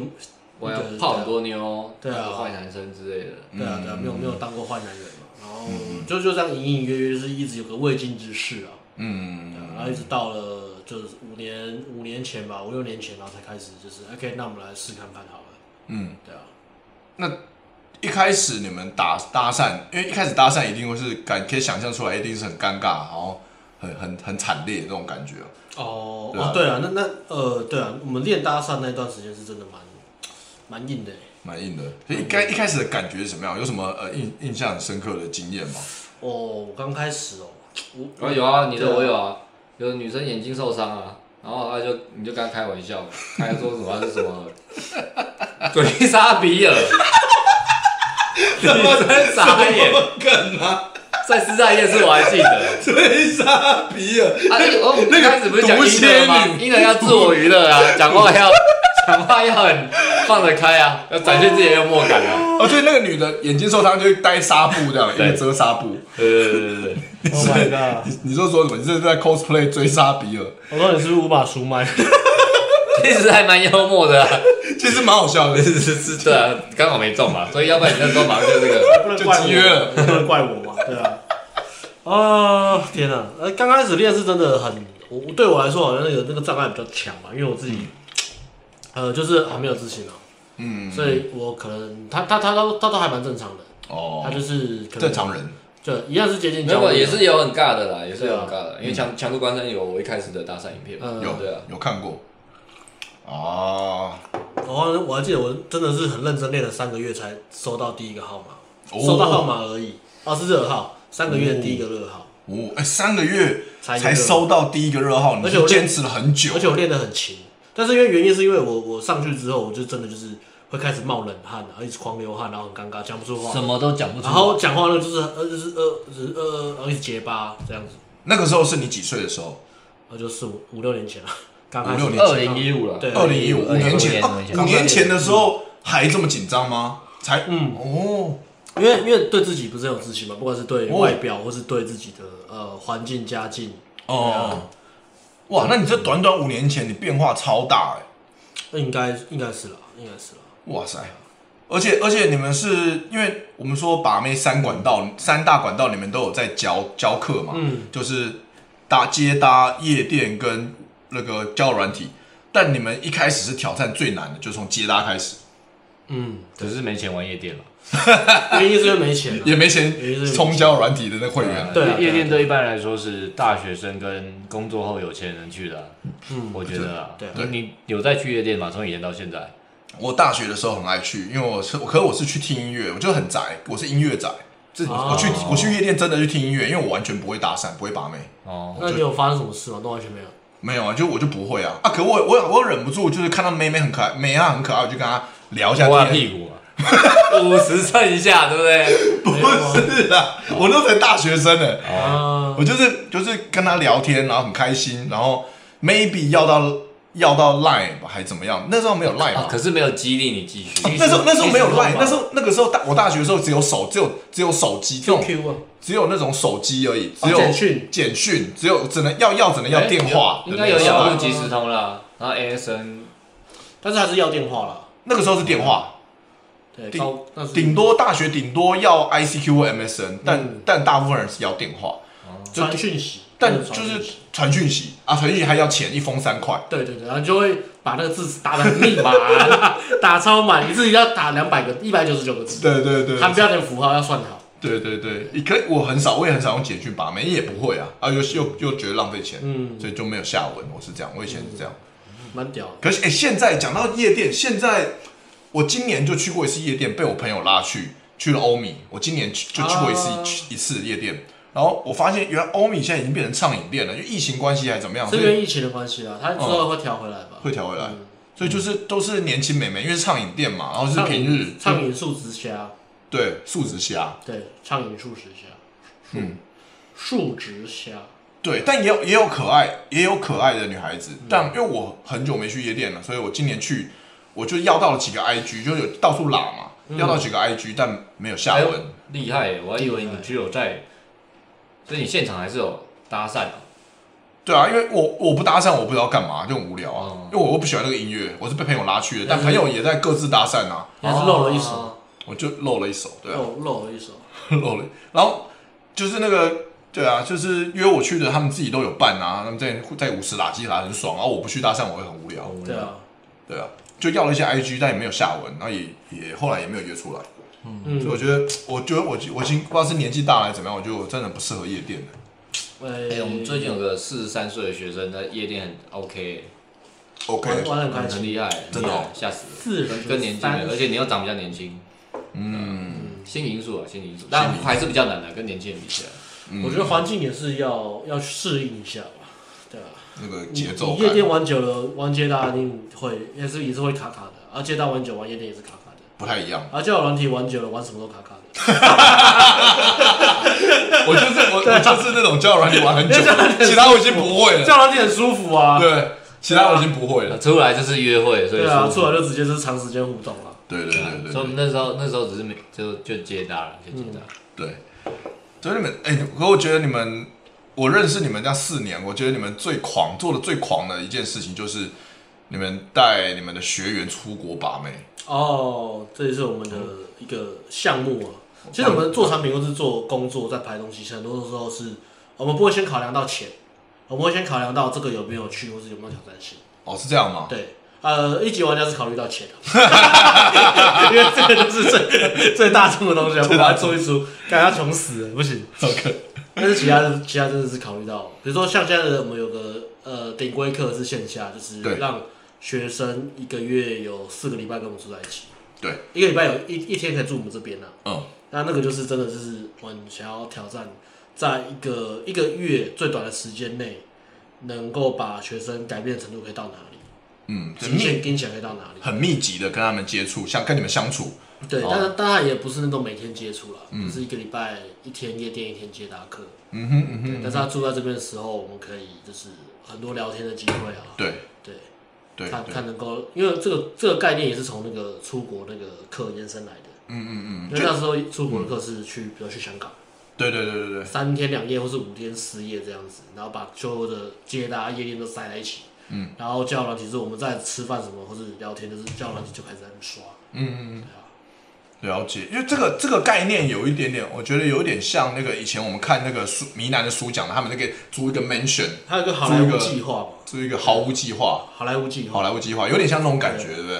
Speaker 4: 我要
Speaker 3: 一个
Speaker 4: 泡很多妞，
Speaker 3: 对啊
Speaker 4: 当个坏男生之类的。
Speaker 3: 对啊对啊，没有没
Speaker 1: 嗯
Speaker 3: 有当过坏男人嘛，然后就就这样隐隐约约是一直有个未尽之事啊，
Speaker 1: 嗯
Speaker 3: 对啊然后一直到了就是五年五年前吧，五六年前，然后才开始就是 OK，那我们来试看看好了，
Speaker 1: 嗯，
Speaker 3: 对啊。
Speaker 1: 一开始你们打搭讪，因为一开始搭讪一定会是感可以想象出来，一定是很尴尬，然后很很很惨烈的那种感觉。
Speaker 3: 哦，
Speaker 1: 对啊
Speaker 3: 哦，对啊，那那呃，对啊，我们练搭讪那段时间是真的蛮蛮硬的欸。
Speaker 1: 蛮硬的，所以一开一开始的感觉是什么样？有什么呃印印象很深刻的经验吗？
Speaker 3: 哦，我刚开始
Speaker 1: [LAUGHS]
Speaker 3: 哦，我
Speaker 4: 我有啊，你的
Speaker 3: 对啊
Speaker 4: 我有啊，有女生眼睛受伤啊，然后她就你就跟她开玩笑，开说什么她是什么 [LAUGHS] 鬼杀比尔，女生傻眼，
Speaker 1: 梗啊，
Speaker 4: 在师大夜市我还记得，
Speaker 1: 追杀比尔，
Speaker 4: 啊，那个我们一开始不是讲
Speaker 1: 毒
Speaker 4: 婴儿吗
Speaker 1: 蝎？女
Speaker 4: 婴儿要自我娱乐啊，讲话要讲话要很放得开啊，要展现自己的幽默感啊，
Speaker 1: 哦，所以那个女的眼睛受伤就会带纱布这样，一
Speaker 4: 对
Speaker 1: 直遮纱布。
Speaker 4: 对对对对对。
Speaker 3: ，Oh my god！
Speaker 1: 你就说什么？你这是在 cosplay 追杀比尔，
Speaker 3: 我说你是不是无法输麦？
Speaker 4: 其实还蛮幽默的、啊，
Speaker 1: 其实蛮好笑的，
Speaker 4: 是是，对啊，刚好没中嘛，所以要不然你那时候马上就这
Speaker 3: [LAUGHS]
Speaker 4: 个，
Speaker 3: 不能
Speaker 1: 就
Speaker 3: 怪
Speaker 1: 集约了
Speaker 3: 我，不能怪我嘛，对啊。哦，天哪！呃，刚开始练是真的很，我我对我来说好像那个那个障碍比较强嘛，因为我自己，呃，就是还没有自信啊，
Speaker 1: 嗯，
Speaker 3: 所以我可能他他他都他都还蛮正常的，他
Speaker 1: 哦，
Speaker 3: 就是可能
Speaker 1: 正常，人，
Speaker 3: 就一样是接近
Speaker 4: 没
Speaker 3: 交
Speaker 4: 有
Speaker 3: 流，
Speaker 4: 也是有很尬的啦，也是有很尬的，因为强强度关山有我一开始的搭讪影片嘛，
Speaker 3: 嗯
Speaker 1: 有
Speaker 4: 对啊，
Speaker 1: 有看过啊，
Speaker 3: 我好像我还记得，我真的是很认真练了三个月才收到第一个号码，
Speaker 1: 哦
Speaker 3: 收到号码而已。哦，是热号，三个月第一个热号，
Speaker 1: 哦，哎，三个月
Speaker 3: 才一个
Speaker 1: 才收到第一个热号，你
Speaker 3: 而且我
Speaker 1: 是
Speaker 3: 练
Speaker 1: 坚持了很久
Speaker 3: 而，且我练得很勤。但是因为原因是因为我我上去之后，我就真的就是会开始冒冷汗，然后一直狂流汗，然后很尴尬，讲不出话
Speaker 2: 什，么都讲不出
Speaker 3: 然后讲话呢就是呃就是呃就是呃，然后一直结巴这样子，
Speaker 1: 那个时候是你几岁的时候？
Speaker 3: 然后就四五五六年前了，刚开
Speaker 1: 五
Speaker 3: 始
Speaker 1: 六
Speaker 2: 二零一五了，
Speaker 3: 对
Speaker 1: 二零一五五年前，
Speaker 2: 二
Speaker 1: 啊
Speaker 2: 零一五
Speaker 1: 五年前的时候还这么紧张吗？才
Speaker 3: 嗯
Speaker 1: 哦，
Speaker 3: 因为因为对自己不是很有自信嘛，不管是对外表或是对自己的呃环境家境，
Speaker 1: 哦，哇，
Speaker 3: 啊
Speaker 1: 那你这短短五年前你变化超大哎、
Speaker 3: 应该应该是啦，应该是啦。
Speaker 1: 哇塞！而且而且你们是因为我们说把妹三管道三大管道你们都有在教教课嘛，
Speaker 3: 嗯，
Speaker 1: 就是搭接搭夜店跟那个交友软体，但你们一开始是挑战最难的，就从接搭开始，
Speaker 3: 嗯，
Speaker 2: 只是没钱玩夜店了。
Speaker 3: 原因是因为没钱、啊，
Speaker 1: 也没钱
Speaker 3: 也是
Speaker 1: 充交友软体的那个会员，
Speaker 3: 对啊对啊
Speaker 2: 夜店对一般来说是大学生跟工作后有钱人去的啊，
Speaker 3: 嗯
Speaker 2: 我觉得啊
Speaker 3: 对啊，
Speaker 2: 你你有在去夜店吗？从以前到现在，
Speaker 1: 我大学的时候很爱去，因为我是，可是我是去听音乐，我就很宅，我是音乐宅。自己
Speaker 4: 啊
Speaker 3: 哦
Speaker 1: 我去我去夜店真的去听音乐，因为我完全不会搭讪，不会把妹，
Speaker 2: 哦，
Speaker 3: 那你有发生什么事吗？都完全没有。
Speaker 1: 没有啊，就我就不会啊啊！可我我我忍不住，就是看到妹妹很可爱，美啊很可爱，我就跟她聊
Speaker 3: 啊
Speaker 1: 一下
Speaker 2: 摸她
Speaker 1: 天。
Speaker 2: 屁股嘛，
Speaker 4: 啊
Speaker 3: [LAUGHS]
Speaker 4: 五十蹭一下，对不对？
Speaker 1: [LAUGHS] 不是啦，我那时候大学生呢，
Speaker 3: 啊
Speaker 1: 我就是就是跟她聊天，然后很开心，然后 maybe 要到要到 line 吧，还怎么样？那时候没有 line 吧
Speaker 4: 啊，？可是没有激励你继续，
Speaker 3: 啊
Speaker 1: 那时候那时候没有
Speaker 4: 继续
Speaker 1: line，
Speaker 4: 吧
Speaker 1: 那时候那个时候大我大学的时候只有手只有只有手机这种
Speaker 3: ，QQ 啊，
Speaker 1: 只有那种手机而已，
Speaker 3: 哦
Speaker 1: 只有
Speaker 3: 简讯
Speaker 1: 简讯只有只能要要只能要电话，
Speaker 4: 应该有
Speaker 3: 啊
Speaker 1: 要。
Speaker 4: 小鹿即时通啦，啊然后 ASN
Speaker 3: 但是还是要电话啦。
Speaker 1: 那个时候是电话，
Speaker 3: 对，
Speaker 1: 顶
Speaker 3: 高那是
Speaker 1: 顶多大学顶多要 ICQ 或 MSN，但
Speaker 3: 嗯
Speaker 1: 但大部分人是要电话，
Speaker 3: 传讯息，
Speaker 1: 但
Speaker 3: 传
Speaker 1: 就
Speaker 3: 讯息
Speaker 1: 是传讯息啊，传讯息还要钱，一封三块。
Speaker 3: 对对对，然后就会把那个字打的很密码， [LAUGHS] 打超满，你自己要打两百个，一百九十九个字，
Speaker 1: 对对对
Speaker 3: 含标点符号要算好。
Speaker 1: 对对对，你可以我很少，我也很少用简讯把妹，也不会啊，啊又又又觉得浪费钱，
Speaker 3: 嗯，
Speaker 1: 所以就没有下文。我是这样，我以前是这样。
Speaker 3: 蛮屌的。
Speaker 1: 可是哎、欸现在讲到夜店，现在我今年就去过一次夜店，被我朋友拉去去了欧米。我今年去就去过一次、
Speaker 3: 啊
Speaker 1: 一次夜店，然后我发现原来欧米现在已经变成畅饮店了，因为疫情关系还是怎么样，
Speaker 3: 是
Speaker 1: 所
Speaker 3: 因为
Speaker 1: 以
Speaker 3: 疫情的关系啦，他之后会调回来吧？
Speaker 1: 哦会调回来。所以就是都是年轻美眉，因为是畅饮店嘛，然后是
Speaker 3: 畅
Speaker 1: 平日
Speaker 3: 饮畅饮素食虾，
Speaker 1: 对素质虾，
Speaker 3: 对，畅饮素食虾，
Speaker 1: 嗯，
Speaker 3: 数值虾，
Speaker 1: 对，但也有也有可爱，也有可爱的女孩子。但因为我很久没去夜店了，所以我今年去，我就要到了几个 IG，就有到处拉嘛，要到几个 IG，但没有下
Speaker 4: 哎呦
Speaker 1: 文。
Speaker 4: 厉害耶，我还以为
Speaker 3: 厉害
Speaker 4: 你只有在，所以你现场还是有搭讪哦
Speaker 1: 对啊，因为我我不搭讪，我不知道干嘛，就很无聊啊。
Speaker 4: 哦
Speaker 1: 因为我又不喜欢那个音乐，我是被朋友拉去的，但
Speaker 3: 但是
Speaker 1: 朋友也在各自搭讪啊，
Speaker 3: 也是漏了一手，
Speaker 4: 哦
Speaker 1: 我就露了一手，对啊，
Speaker 3: 漏漏了一手，
Speaker 1: [LAUGHS] 露了。然后就是那个，对啊，就是约我去的，他们自己都有伴啊，他们在在舞池打鸡打得很爽，然后我不去搭讪，我会很无聊。
Speaker 4: 嗯
Speaker 3: 对啊，
Speaker 1: 对啊，就要了一些 IG，但也没有下文，然后也也后来也没有约出来，
Speaker 3: 嗯
Speaker 1: 所以，我觉得，我觉得我我已经不知道是年纪大了还是怎么样，我觉得我真的不适合夜店了。
Speaker 3: 哎
Speaker 4: 哎、我们最近有个四十三岁的学生在夜店很 OK，耶
Speaker 1: OK，
Speaker 3: 玩玩得很开
Speaker 4: 很
Speaker 3: 心，
Speaker 4: 厉害，
Speaker 1: 真的哦
Speaker 4: 厉害吓死
Speaker 3: 四
Speaker 4: 人，
Speaker 3: 人
Speaker 4: 跟年轻人，而
Speaker 3: 三
Speaker 4: 且你又长比较年轻，
Speaker 1: 嗯，
Speaker 4: 新因素啊，新因素，但还是比较难的，跟年轻人比起来。
Speaker 3: 我觉得环境也是要要适应一下吧，对啊吧？
Speaker 1: 那个
Speaker 3: 你
Speaker 1: 节奏
Speaker 3: 你夜
Speaker 1: 感，
Speaker 3: 店玩久了，玩街搭一定会也是也是会卡卡的，而街搭玩久玩夜店也是卡卡的，
Speaker 1: 不太一样。
Speaker 3: 而交友软体玩久了玩什么都卡卡的，
Speaker 1: [LAUGHS] 我就是我，我就是啊那种交友软件玩很久，其他我已经不会
Speaker 3: 交
Speaker 1: 了。
Speaker 3: 友软体很舒服啊，
Speaker 1: 对，其他我已经不会了。
Speaker 4: [LAUGHS] 出来就是约会，所以
Speaker 3: 对啊，
Speaker 4: 说，
Speaker 3: 出来就直接是长时间互动啊了，
Speaker 1: 对对对对
Speaker 4: 所以我
Speaker 1: 对
Speaker 4: 们那时候那时候只是没就就接搭了，就接搭。
Speaker 1: 对。所以你们，哎、可我觉得你们，我认识你们这样四年，我觉得你们最狂做的最狂的一件事情就是你们带你们的学员出国把妹。
Speaker 3: 哦，这也是我们的一个项目啊。其实我们做产品或是做工作，在拍东西，很多时候是我们不会先考量到钱，我们会先考量到这个有没有趣，或是有没有挑战性。
Speaker 1: 哦，是这样吗？
Speaker 3: 对，呃，一级玩家是考虑到钱的， [LAUGHS] 因为这个就是最最大众的东西啊，不把它做一出，感觉他穷死了，不行。
Speaker 1: OK，
Speaker 3: 但是其他的其他真的是考虑到，比如说像现在的我们有个呃顶规课是线下，就是
Speaker 1: 对
Speaker 3: 让学生一个月有四个礼拜跟我们住在一起，
Speaker 1: 对，
Speaker 3: 一个礼拜有一一天可以住我们这边啊。
Speaker 1: 嗯，
Speaker 3: 那那个就是真的就是我们想要挑战，在一个一个月最短的时间内，能够把学生改变的程度可以到哪里，
Speaker 1: 嗯，很
Speaker 3: 极
Speaker 1: 密
Speaker 3: 限跟起来可以到哪里？
Speaker 1: 很密集的跟他们接触，像跟你们相处，
Speaker 3: 对，
Speaker 4: 哦
Speaker 3: 但是当然也不是那种每天接触了，就是一个礼拜一天夜店一天接搭课。
Speaker 1: 嗯哼嗯
Speaker 3: 对
Speaker 1: 哼，
Speaker 3: 但是他住在这边的时候，我们可以就是很多聊天的机会啊，
Speaker 1: 对
Speaker 3: 对，
Speaker 1: 对
Speaker 3: 看
Speaker 1: 对，
Speaker 3: 看能够，因为这个这个概念也是从那个出国那个课延伸来的，
Speaker 1: 嗯嗯嗯，
Speaker 3: 因为
Speaker 1: 就嗯
Speaker 3: 那时候出国的课是去，比如去香港
Speaker 1: 对对对对对，
Speaker 3: 三天两夜或是五天四夜这样子，然后把所有的接搭夜店都塞在一起，嗯，然后交友软体是我们在吃饭什么或是聊天，就是交友软体就开始在那边刷，
Speaker 1: 嗯嗯
Speaker 3: 对啊，
Speaker 1: 嗯，了解，因为这个这个概念有一点点，我觉得有一点像那个以前我们看那个书迷南的书讲的，他们那个租一个 mansion，
Speaker 3: 还有一个好莱
Speaker 1: 租一
Speaker 3: 坞
Speaker 1: 个
Speaker 3: 计划嘛，
Speaker 1: 租一个毫无计划，
Speaker 3: 好莱坞计划
Speaker 1: 好，莱坞计划，有点像那种感觉，对不对？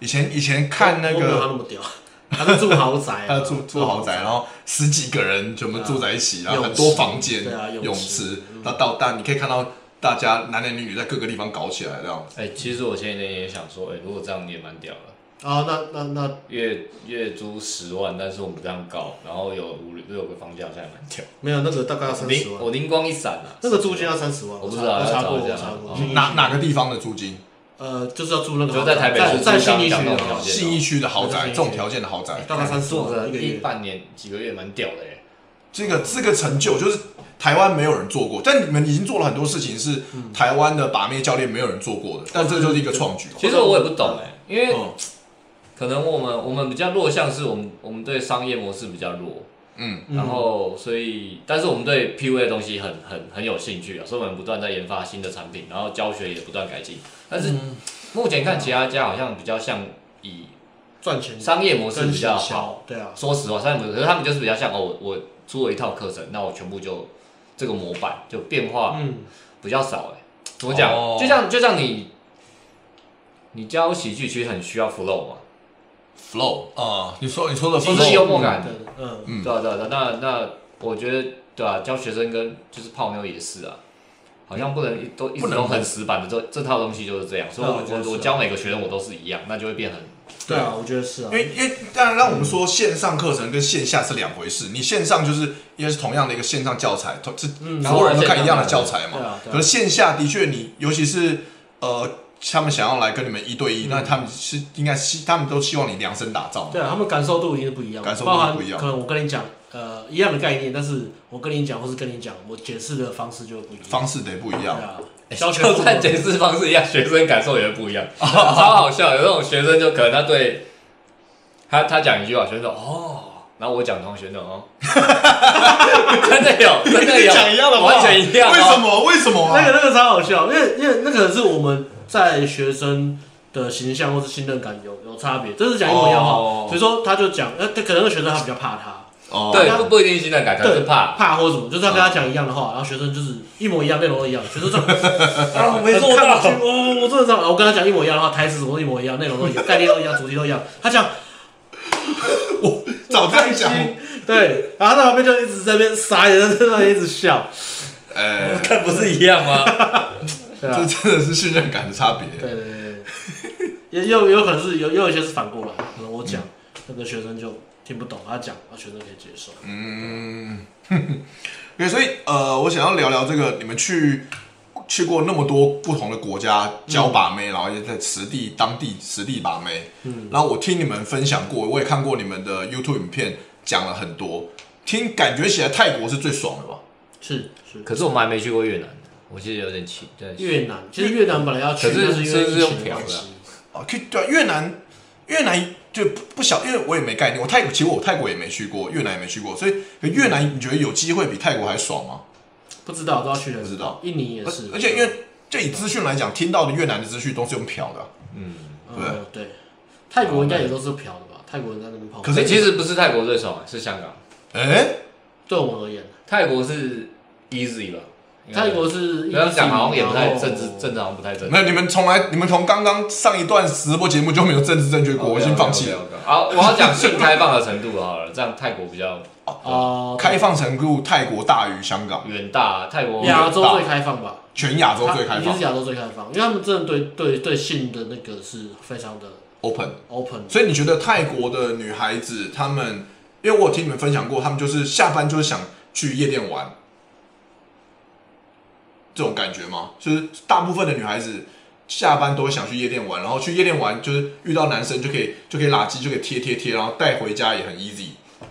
Speaker 1: 以前以前看那
Speaker 3: 哦我没有他
Speaker 1: 个
Speaker 3: 那么屌，他是住豪宅啊，
Speaker 1: 他住住豪宅，然后十几个人全部住在一起，然后很多房间
Speaker 3: 对啊，
Speaker 1: 泳
Speaker 3: 泳池
Speaker 1: 池，然后到但你可以看到大家男男女女在各个地方搞起来这样。
Speaker 4: 哎、其实我前几天也想说，哎、如果这样你也蛮屌的，
Speaker 3: 啊，那那那
Speaker 4: 月月租十万，但是我们这样搞，然后有五六个房间，好像也蛮屌。
Speaker 3: 没有那个大概要三十
Speaker 4: 灵
Speaker 3: 万，
Speaker 4: 我灵光一闪啊，
Speaker 3: 那个租金要三十万，
Speaker 4: 我不
Speaker 3: 查
Speaker 4: 知道
Speaker 3: 我查
Speaker 4: 要找
Speaker 3: 过，
Speaker 4: 一下
Speaker 3: 我查过
Speaker 4: 哦，
Speaker 3: 信义区
Speaker 1: 哪哪个地方的租金？
Speaker 3: 呃，就是要住那个
Speaker 4: 就在台北
Speaker 3: 在
Speaker 4: 市
Speaker 3: 在新一区
Speaker 4: 讲到
Speaker 3: 的
Speaker 4: 条件
Speaker 1: 信义区的豪宅，这种条件的豪宅，
Speaker 3: 大概三十
Speaker 4: 做
Speaker 3: 万
Speaker 4: 了
Speaker 3: 一个
Speaker 4: 一
Speaker 3: 月，
Speaker 4: 半年几个月，蛮屌的哎、
Speaker 1: 这个这个成就就是台湾没有人做过，但你们已经做了很多事情是台湾的把妹教练没有人做过的，嗯但这就是一个创举。
Speaker 4: 其实我也不懂哎、因为
Speaker 1: 嗯
Speaker 4: 可能我们我们比较弱项是我们我们对商业模式比较弱，
Speaker 1: 嗯，
Speaker 4: 然后所以，但是我们对 PUA 的东西很很很有兴趣啊，所以我们不断在研发新的产品，然后教学也不断改进。但是目前看其他家好像比较像以
Speaker 3: 赚钱
Speaker 4: 商业模式
Speaker 3: 跟
Speaker 4: 比较
Speaker 3: 行
Speaker 4: 好，
Speaker 3: 销，对啊，
Speaker 4: 说实话，商业模式，可是他们就是比较像哦，我我出了一套课程，那我全部就这个模板就变化
Speaker 3: 嗯，
Speaker 4: 比较少哎、怎么讲？
Speaker 1: 哦
Speaker 4: 就像就像你你教喜剧其实很需要 flow 嘛，
Speaker 1: flow 啊，你说你说的
Speaker 4: 其实幽默感
Speaker 3: 对，嗯，
Speaker 1: 嗯
Speaker 4: 对啊，对啊，对啊那那我觉得对啊，教学生跟就是泡妞也是啊，好像不能一都一
Speaker 1: 不
Speaker 4: 直
Speaker 1: 能
Speaker 4: 都很死板的这这套东西就是这样，所以我
Speaker 3: 对啊我觉得
Speaker 4: 我我
Speaker 3: 是啊
Speaker 4: 教每个学生我都是一样，那就会变很
Speaker 3: 对啊，我觉得是啊
Speaker 1: 因，为因为当然让我们说线上课程跟线下是两回事，你线上就是因为是同样的一个线上教材，同是
Speaker 3: 嗯
Speaker 1: 所有人都看一样的教材嘛。
Speaker 3: 对啊对啊
Speaker 1: 可是线下的确你，尤其是呃他们想要来跟你们一对一，那他们是应该希他们都希望你量身打造嘛。
Speaker 3: 对啊，他们感受度一定是不一样的，
Speaker 1: 感受度
Speaker 3: 包含
Speaker 1: 不一样
Speaker 3: 可能我跟你讲，呃，一样的概念，但是我跟你讲，或是跟你讲，我解释的方式就不一样。
Speaker 1: 方式得不一
Speaker 3: 对
Speaker 1: 样。
Speaker 3: 啊，
Speaker 4: [LAUGHS] 就
Speaker 3: 消权
Speaker 4: 算解释方式一样，学生感受也会不
Speaker 1: [LAUGHS]
Speaker 4: 一样，超好笑。有那种学生就可能他对他他讲一句话，学生说哦，然后我讲同学生哦， [LAUGHS] 真
Speaker 1: [LAUGHS]
Speaker 4: 的有，真的有，
Speaker 1: 讲一样的话，
Speaker 4: 完全一样、哦。
Speaker 1: 为什么？为什么
Speaker 3: 那
Speaker 1: 啊？
Speaker 3: 个那个超好笑，因为因为那可能是我们在学生的形象或是信任感有有差别，这是讲一模一样的
Speaker 4: 哦
Speaker 3: 话。所以说他就讲，呃，他可能那个学生他比较怕他，
Speaker 1: 哦，
Speaker 4: 对，不不一定信任感，可能是
Speaker 3: 对，
Speaker 4: 怕。
Speaker 3: 怕或什么，就是他跟他讲一样的话，然后学生就是一模一样，内容都一样，学生 [LAUGHS] 这样啊，我没做到，哦，我真的这样，我跟他讲一模一样的话，台词什么都一模一样，内容都一样，概念都一样，主题都一样，他讲
Speaker 1: [LAUGHS] 早这样讲，
Speaker 3: 对，然后他在旁边就一直在那边傻眼，在那边一直笑，
Speaker 1: 哎，
Speaker 4: 看不是一样吗？
Speaker 3: 对
Speaker 1: 这
Speaker 3: 啊，
Speaker 1: 真的是信任感的差
Speaker 4: [LAUGHS]
Speaker 1: 别。
Speaker 3: 对对对对，也有有可能是有也有一些是反过来，可能我讲那个学生就听不懂，他讲，那学生可以接受，
Speaker 1: 嗯，对，所以呃，我想要聊聊这个，你们去去过那么多不同的国家教把妹，然后也在实地当地实地把妹。嗯，然后我听你们分享过，我也看过你们的 YouTube 影片，讲了很多。听感觉起来泰国是最爽的吧？
Speaker 3: 是是。
Speaker 2: 可是我们还没去过越南，我其实有点期待。
Speaker 3: 越南其实越南本来要去，
Speaker 4: 可是
Speaker 3: 但是因为
Speaker 4: 是
Speaker 3: 疫
Speaker 4: 是用
Speaker 3: 情的
Speaker 4: 调
Speaker 3: 关
Speaker 4: 的
Speaker 3: 系
Speaker 4: 啊，
Speaker 1: 哦，去对啊越南，越南就不不小，因为我也没概念。我泰国其实我泰国也没去过，越南也没去过，所以可越南你觉得有机会比泰国还爽吗？
Speaker 3: 不知道都要去的，
Speaker 1: 不知道
Speaker 3: 印尼也是，
Speaker 1: 而且因为就以资讯来讲，听到的越南的资讯都是用嫖的啊、
Speaker 3: 呃，对，泰国应该也都是嫖的吧？泰国人在那边泡，
Speaker 1: 可是
Speaker 4: 欸其实不是泰国最爽，啊是香港。
Speaker 1: 哎、
Speaker 3: 对我们而言，
Speaker 4: 泰国是 easy 吧？
Speaker 3: 泰国是
Speaker 4: 应该这样讲好像也不太政
Speaker 3: 政
Speaker 4: 治，
Speaker 3: 治
Speaker 4: 政治好像不太正。
Speaker 1: 没有，你们从来，你们从刚刚上一段直播节目就没有政治正确
Speaker 3: 哦
Speaker 1: 过，我已经放弃了。
Speaker 4: 了。好，我要讲性开放的程度好了，这样泰国比较哦
Speaker 3: 啊，
Speaker 1: 开放程度，泰国大于香港，
Speaker 4: 远大，泰国
Speaker 3: 亚洲最开放吧？
Speaker 1: 全亚洲最开
Speaker 3: 已经
Speaker 1: 放
Speaker 3: 啊是亚洲最开放，因为他们真的对对对性的那个是非常的
Speaker 1: ，open。
Speaker 3: open，
Speaker 1: 所以你觉得泰国的女孩子，她们，因为我有听你们分享过，她们就是下班就是想去夜店玩，这种感觉吗？就是大部分的女孩子下班都会想去夜店玩，然后去夜店玩就是遇到男生就可以就可以拉鸡，就可以贴贴贴，然后带回家也很 easy，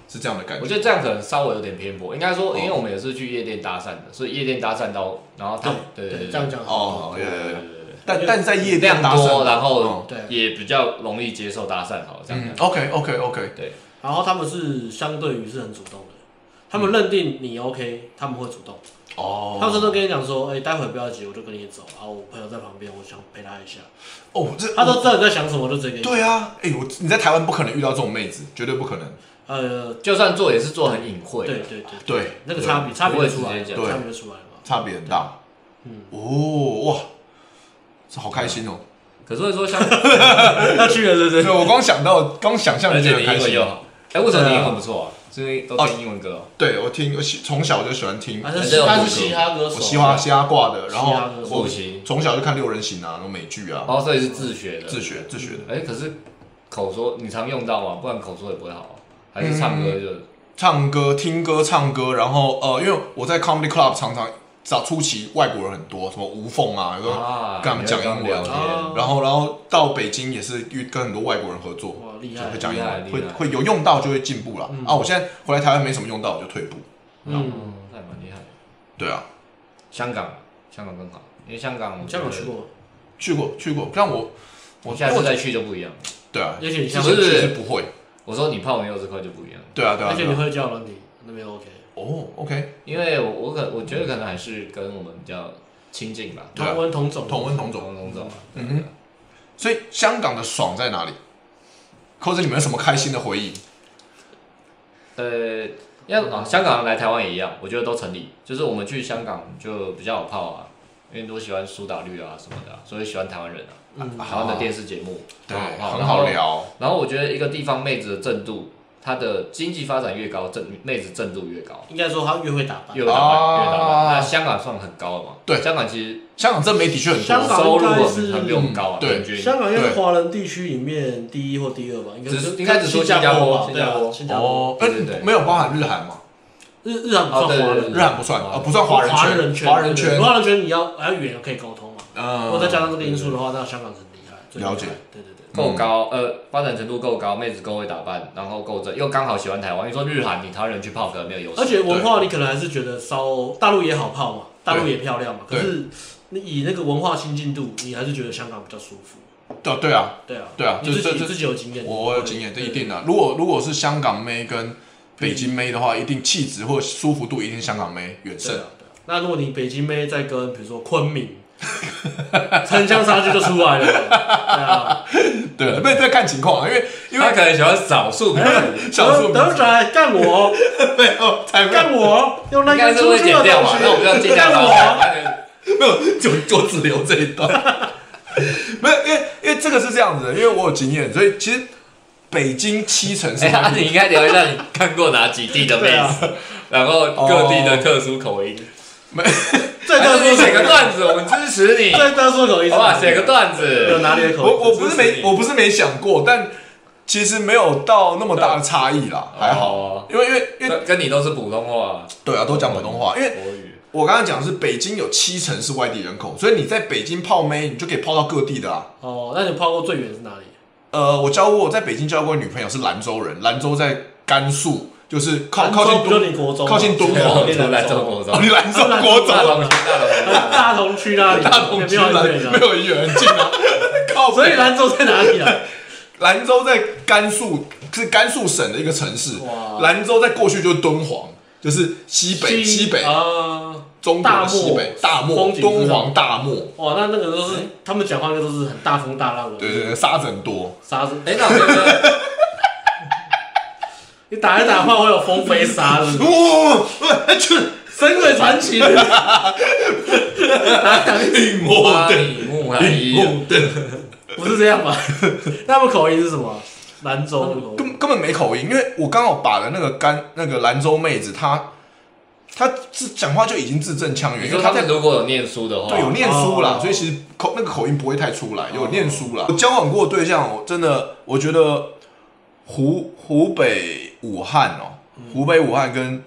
Speaker 1: 是这样的感
Speaker 4: 我
Speaker 1: 觉。
Speaker 4: 觉得这样可能稍微有点偏颇，应该
Speaker 1: 哦
Speaker 4: 说，因为我们也是去夜店搭讪的，所以夜店搭讪到，然后他对对
Speaker 3: 对，
Speaker 4: 对，
Speaker 3: 这样讲好。
Speaker 1: 哦，
Speaker 4: 对
Speaker 1: 对
Speaker 4: 对
Speaker 1: 对对
Speaker 4: 对
Speaker 1: 对
Speaker 4: 对
Speaker 1: 但但在夜
Speaker 4: 对，
Speaker 1: 店
Speaker 4: 量
Speaker 1: 搭讪，
Speaker 4: 多，然后
Speaker 1: 嗯
Speaker 3: 对
Speaker 4: 也比较容易接受搭讪，好这样
Speaker 1: 嗯
Speaker 4: 讲。
Speaker 1: ，OK OK OK，
Speaker 3: 然后他们是相对于是很主动的，他们认定你 OK，他们会主动。
Speaker 1: 嗯哦，
Speaker 3: 他们都跟你讲说，哎，待会不要急，我就跟你走。然后我朋友在旁边，我想陪他一下。
Speaker 1: 哦，这
Speaker 3: 他都知道你在想什么，就直接给你。
Speaker 1: 对，啊，哎、我你在台湾不可能遇到这种妹子，绝对不可能。
Speaker 3: 呃，
Speaker 4: 就算做也是做很隐晦，
Speaker 3: 对对对对
Speaker 1: 对，
Speaker 3: 那个
Speaker 1: 对
Speaker 3: 差别差别就出来了，
Speaker 4: 直接
Speaker 1: 讲
Speaker 3: 差别就出来了嘛。
Speaker 1: 差别很大。嗯，哦，哇，这好开心哦！
Speaker 4: 可是会
Speaker 1: [LAUGHS]
Speaker 4: 说像，
Speaker 3: 要去了，对不
Speaker 1: 对， [LAUGHS]
Speaker 3: 对？
Speaker 1: 我光想到，光想象
Speaker 4: 而
Speaker 1: 就觉
Speaker 4: 且
Speaker 1: 得
Speaker 4: 你
Speaker 1: 开
Speaker 4: 英文
Speaker 1: 心
Speaker 4: 又。好，哎，为什么你英文不错啊？是因为都听英文歌哦。
Speaker 1: 对，我听，我喜从小就喜欢听，
Speaker 3: 他
Speaker 4: 正
Speaker 3: 是他是嘻哈歌
Speaker 1: 我
Speaker 3: 手，啊
Speaker 1: 嘻哈嘻哈挂的，然
Speaker 3: 嘻哈
Speaker 1: 后
Speaker 3: 歌手
Speaker 1: 我
Speaker 4: 复习
Speaker 1: 从小就看六人行啊，那种美剧啊，
Speaker 4: 哦，所以是自学的。
Speaker 1: 自学自学的，
Speaker 4: 哎、可是口说你常用到吗？不然口说也不会好啊、还是唱歌就、
Speaker 1: 唱歌、听歌、唱歌，然后呃，因为我在 comedy club 常常早初期外国人很多，什么吴凤啊，有个
Speaker 4: 啊，
Speaker 1: 跟他们讲英文
Speaker 4: 你会跟他们聊
Speaker 3: 哦
Speaker 1: 然后然后到北京也是遇跟很多外国人合作，
Speaker 3: 哇厉
Speaker 1: 就
Speaker 3: 害
Speaker 1: 会，讲英文，
Speaker 4: 厉害
Speaker 1: 会
Speaker 4: 厉害嗯
Speaker 1: 会有用到就会进步啦。啊，我现在回来台湾没什么用到，我就退步。
Speaker 4: 天，
Speaker 3: 嗯，
Speaker 4: 嗯，那也蛮厉害的。
Speaker 1: 对啊，
Speaker 4: 香港，香港更好，因为香港，
Speaker 3: 香港去，过，
Speaker 1: 去过去过，但我
Speaker 4: 我下次再去就不一样了。
Speaker 1: 对啊，
Speaker 3: 而且你
Speaker 1: 其
Speaker 3: 香
Speaker 1: 实
Speaker 3: 港，
Speaker 4: 不是
Speaker 1: 其实不会，
Speaker 4: 我说你泡妞这块就不一样了，
Speaker 1: 对啊对啊
Speaker 3: 而且
Speaker 1: 对
Speaker 3: 你
Speaker 1: 啊。
Speaker 3: 会教软体，那边 OK。
Speaker 1: 哦，OK，
Speaker 4: 因为我我可我觉得可能还是跟我们比较亲近吧，
Speaker 1: 对啊
Speaker 3: 同文同种，
Speaker 1: 同温同种。
Speaker 4: 种种种啊。
Speaker 1: 嗯哼所以香港的爽在哪里？或者你们有什么开心的回忆？
Speaker 4: 呃，因为啊，香港来台湾也一样，我觉得都成立。就是我们去香港就比较好泡啊，因为都喜欢苏打绿啊什么的啊、所以喜欢台湾人啊，
Speaker 3: 嗯
Speaker 4: 台湾的电视节目
Speaker 1: 对，
Speaker 4: 很哦好泡
Speaker 1: 很好。聊。
Speaker 4: 然后我觉得一个地方妹子的正度，她的经济发展越高，正妹子正度越高，
Speaker 3: 应该说他越会打扮
Speaker 4: 越。有打扮越有打扮。
Speaker 1: 啊
Speaker 4: 那香港算很高了嘛？
Speaker 1: 对
Speaker 4: 香港其实
Speaker 1: 香港真媒体确很
Speaker 3: 香
Speaker 1: 多，
Speaker 3: 港
Speaker 4: 收入
Speaker 3: 应该
Speaker 4: 很
Speaker 3: 是
Speaker 4: 很比我们高
Speaker 1: 嗯
Speaker 4: 啊，
Speaker 1: 对
Speaker 4: 平均。
Speaker 3: 香港应该是华人地区里面第一或第二吧，应该
Speaker 4: 只
Speaker 3: 是
Speaker 4: 是应该只说
Speaker 3: 新加吧，啊
Speaker 4: 新
Speaker 3: 对
Speaker 4: 加
Speaker 3: 啊，
Speaker 4: 坡
Speaker 3: 新加坡。
Speaker 1: 哦，哎
Speaker 4: 对对对
Speaker 1: 没有包含日韩嘛？
Speaker 3: 日日韩不算华
Speaker 4: 哦对对
Speaker 3: 人
Speaker 4: 对
Speaker 1: 日韩不算，
Speaker 4: 嗯
Speaker 1: 呃，不算华人
Speaker 3: 华人
Speaker 1: 圈，华人
Speaker 3: 对
Speaker 1: 圈。
Speaker 3: 华人圈你要哎语言可以沟通嘛，
Speaker 1: 嗯
Speaker 3: 如果再加上这个因素的话，那香港是很厉害，最厉害
Speaker 1: 了解，
Speaker 3: 对对对，
Speaker 4: 够高，呃，发展程度够高，妹子够会打扮，然后够正，又刚好喜欢台湾。你说日韩，你台湾人去泡可能没有优势。
Speaker 3: 而且文化你可能还是觉得稍大陆也好泡嘛，大陆也漂亮嘛，可
Speaker 1: 对
Speaker 3: 是你以那个文化亲近度，你还是觉得香港比较舒服，
Speaker 1: 对对啊，
Speaker 3: 对啊，
Speaker 1: 对啊
Speaker 3: 你自
Speaker 1: 这
Speaker 3: 己
Speaker 1: 这这
Speaker 3: 自己有经验，
Speaker 1: 我我有经验，这一定的。如果如果是香港妹跟北京妹的话，一定气质或舒服度一定香港妹远
Speaker 3: 对啊，对
Speaker 1: 胜。
Speaker 3: 啊。那如果你北京妹再跟比如说昆明， [LAUGHS] 城乡差距就出来了，对啊，
Speaker 1: 对了，不是这看情况啊，因为因
Speaker 4: 他
Speaker 1: 为
Speaker 4: 可能喜欢少数民族，
Speaker 1: 小说
Speaker 3: 德德仔干我，
Speaker 1: 没有才没有
Speaker 3: 干我，用那
Speaker 4: 应该
Speaker 3: 个
Speaker 4: 是会
Speaker 3: 出去
Speaker 4: 剪
Speaker 3: 的
Speaker 4: 掉
Speaker 3: 东
Speaker 4: 嘛，
Speaker 3: 西，
Speaker 4: 那我们要尽量
Speaker 3: 干
Speaker 4: 少
Speaker 3: 我。
Speaker 1: 没有就就只留这一段。 [LAUGHS] 没有，因为因为这个是这样子的，因为我有经验，所以其实北京七成是
Speaker 4: 哎、啊，你应该聊一下你看过哪几地的妹 [LAUGHS]
Speaker 3: 对啊
Speaker 4: 子，然后各地的特殊口音。
Speaker 3: 最
Speaker 4: 还
Speaker 3: 特
Speaker 4: 是
Speaker 3: 殊
Speaker 4: 你写
Speaker 3: 口
Speaker 4: 个
Speaker 3: 音，
Speaker 4: 段子，我们支持
Speaker 3: [LAUGHS]
Speaker 4: 你，好
Speaker 3: 最特殊口音是
Speaker 4: 不好？
Speaker 3: 哪
Speaker 4: 啊写
Speaker 3: 里？
Speaker 4: 个段
Speaker 3: 有
Speaker 4: 子。
Speaker 3: 哪里的口
Speaker 1: 我
Speaker 3: 音？
Speaker 1: 我不是没我不是没想过，但其实没有到那么大的差异啦，还好，啊
Speaker 4: 哦，
Speaker 1: 因为因为因为
Speaker 4: 跟跟你都是普通话、
Speaker 1: 对啊，都讲普通话，因为
Speaker 4: 国语。
Speaker 1: 我刚才讲的是北京有七成是外地人口，所以你在北京泡妹，你就可以泡到各地的啊。
Speaker 3: 哦，那你泡过最远是哪里？
Speaker 1: 呃，我交过在北京交过女朋友是兰州人，兰州在甘肃，就是靠
Speaker 3: 兰州
Speaker 1: 靠近
Speaker 3: 不就
Speaker 1: 敦
Speaker 3: 你国中吗，
Speaker 1: 靠近敦
Speaker 3: [LAUGHS]
Speaker 4: 然
Speaker 1: 煌
Speaker 4: 后
Speaker 3: 靠近
Speaker 4: [LAUGHS] 出来做国
Speaker 1: 哦，
Speaker 3: 吗
Speaker 4: 中，
Speaker 1: 你兰州
Speaker 3: 啊兰州
Speaker 1: 国中
Speaker 4: 大同区，大同区。
Speaker 3: 大同区那里，
Speaker 1: 大同区
Speaker 3: 也没有
Speaker 1: 兰
Speaker 3: 很远
Speaker 1: 没
Speaker 3: 啊。
Speaker 1: 有很远，很近
Speaker 3: [LAUGHS]
Speaker 1: 啊。靠北，
Speaker 3: 所以兰州在哪里啊？
Speaker 1: 兰州在甘肃是甘肃省的一个城市
Speaker 3: 哇，
Speaker 1: 兰州再过去就是敦煌，就是西北西北
Speaker 3: 啊，
Speaker 1: 中国的西北大
Speaker 3: 大漠
Speaker 1: 漠
Speaker 3: 风景是
Speaker 1: 敦
Speaker 3: 吧
Speaker 1: 煌大漠，
Speaker 3: 哇，哦那那个都是他们讲话，那个都是很大风大浪的。
Speaker 1: 对对对，沙子很多。
Speaker 3: 沙子，
Speaker 4: 哎，那我觉得
Speaker 3: 你打一打话会有风飞沙的，《
Speaker 1: 哦，哎去
Speaker 3: 神鬼传
Speaker 1: [LAUGHS]
Speaker 3: 奇》打一打
Speaker 1: 运
Speaker 4: 花
Speaker 1: 我的
Speaker 4: 米木乃伊啊，
Speaker 1: 我
Speaker 3: [LAUGHS]
Speaker 1: 的，
Speaker 3: 不是这样吧？ [LAUGHS] 那他们口音是什么？兰州的口音
Speaker 1: 根根本没口音，因为我刚好把了那个甘那个兰州妹子，她她是讲话就已经字正腔圆，
Speaker 4: 你
Speaker 1: 因为
Speaker 4: 说
Speaker 1: 她
Speaker 4: 他
Speaker 1: 在
Speaker 4: 们如果有念书的话，
Speaker 1: 对，有念书啦
Speaker 3: 哦，
Speaker 1: 所以其实口那个口音不会太出来，有念书啦。我交往过的对象，我真的我觉得湖湖北武汉哦，
Speaker 3: 嗯
Speaker 1: 湖北武汉跟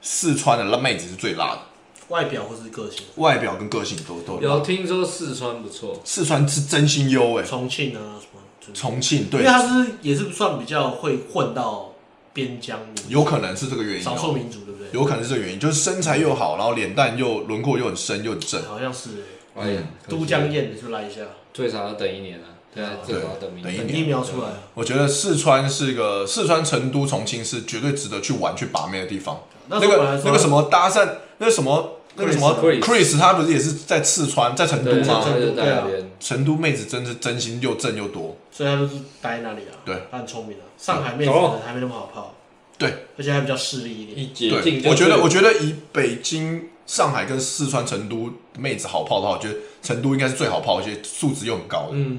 Speaker 1: 四川的辣妹子是最辣的，
Speaker 3: 外表或是个性，
Speaker 1: 外表跟个性都都
Speaker 4: 有
Speaker 1: 辣。
Speaker 4: 听说四川不错，
Speaker 1: 四川是真心优哎，
Speaker 3: 重庆啊什么之类的，
Speaker 1: 重庆
Speaker 3: 因
Speaker 1: 对
Speaker 3: 为，他是也是算比较会混到边疆里
Speaker 1: 有可能是这个原因
Speaker 3: 少
Speaker 1: 哦，
Speaker 3: 数民族，对不对？
Speaker 1: 有可能是这个原因，就是身材又好，然后脸蛋又轮廓又很深又很正。
Speaker 3: 好像是欸
Speaker 4: 哎呀，
Speaker 3: 都江堰，你是不是来一下？
Speaker 4: 最少要等一年啊，对啊，最少要等一
Speaker 1: 等一
Speaker 4: 年。
Speaker 1: 年
Speaker 3: 等疫苗出来啊，
Speaker 1: 我觉得四川是一个四川成都、重庆是绝对值得去玩、去把妹的地方。
Speaker 3: 那
Speaker 1: 那
Speaker 3: 时候本来
Speaker 1: 个
Speaker 3: 说啊
Speaker 1: 那个什么搭讪，那个什么那个什么
Speaker 4: Chris
Speaker 1: Chris，他不是也是在四川，在成都啊
Speaker 4: 对，
Speaker 1: 吗
Speaker 3: 在？
Speaker 4: 就是在那边。
Speaker 1: 成都妹子真是真心又正又多，
Speaker 3: 所以他就是待那里啊。
Speaker 1: 对，
Speaker 3: 他很聪明啊。上海妹子可能还没那么好泡，
Speaker 1: 对
Speaker 3: 而且还比较势利一点。
Speaker 4: 一解禁
Speaker 1: 对，我
Speaker 4: 就
Speaker 1: 觉
Speaker 4: 是
Speaker 1: 得我觉得以北京、上海跟四川成都妹子好泡的话，我觉得成都应该是最好泡，而且素质又很高的，
Speaker 3: 嗯，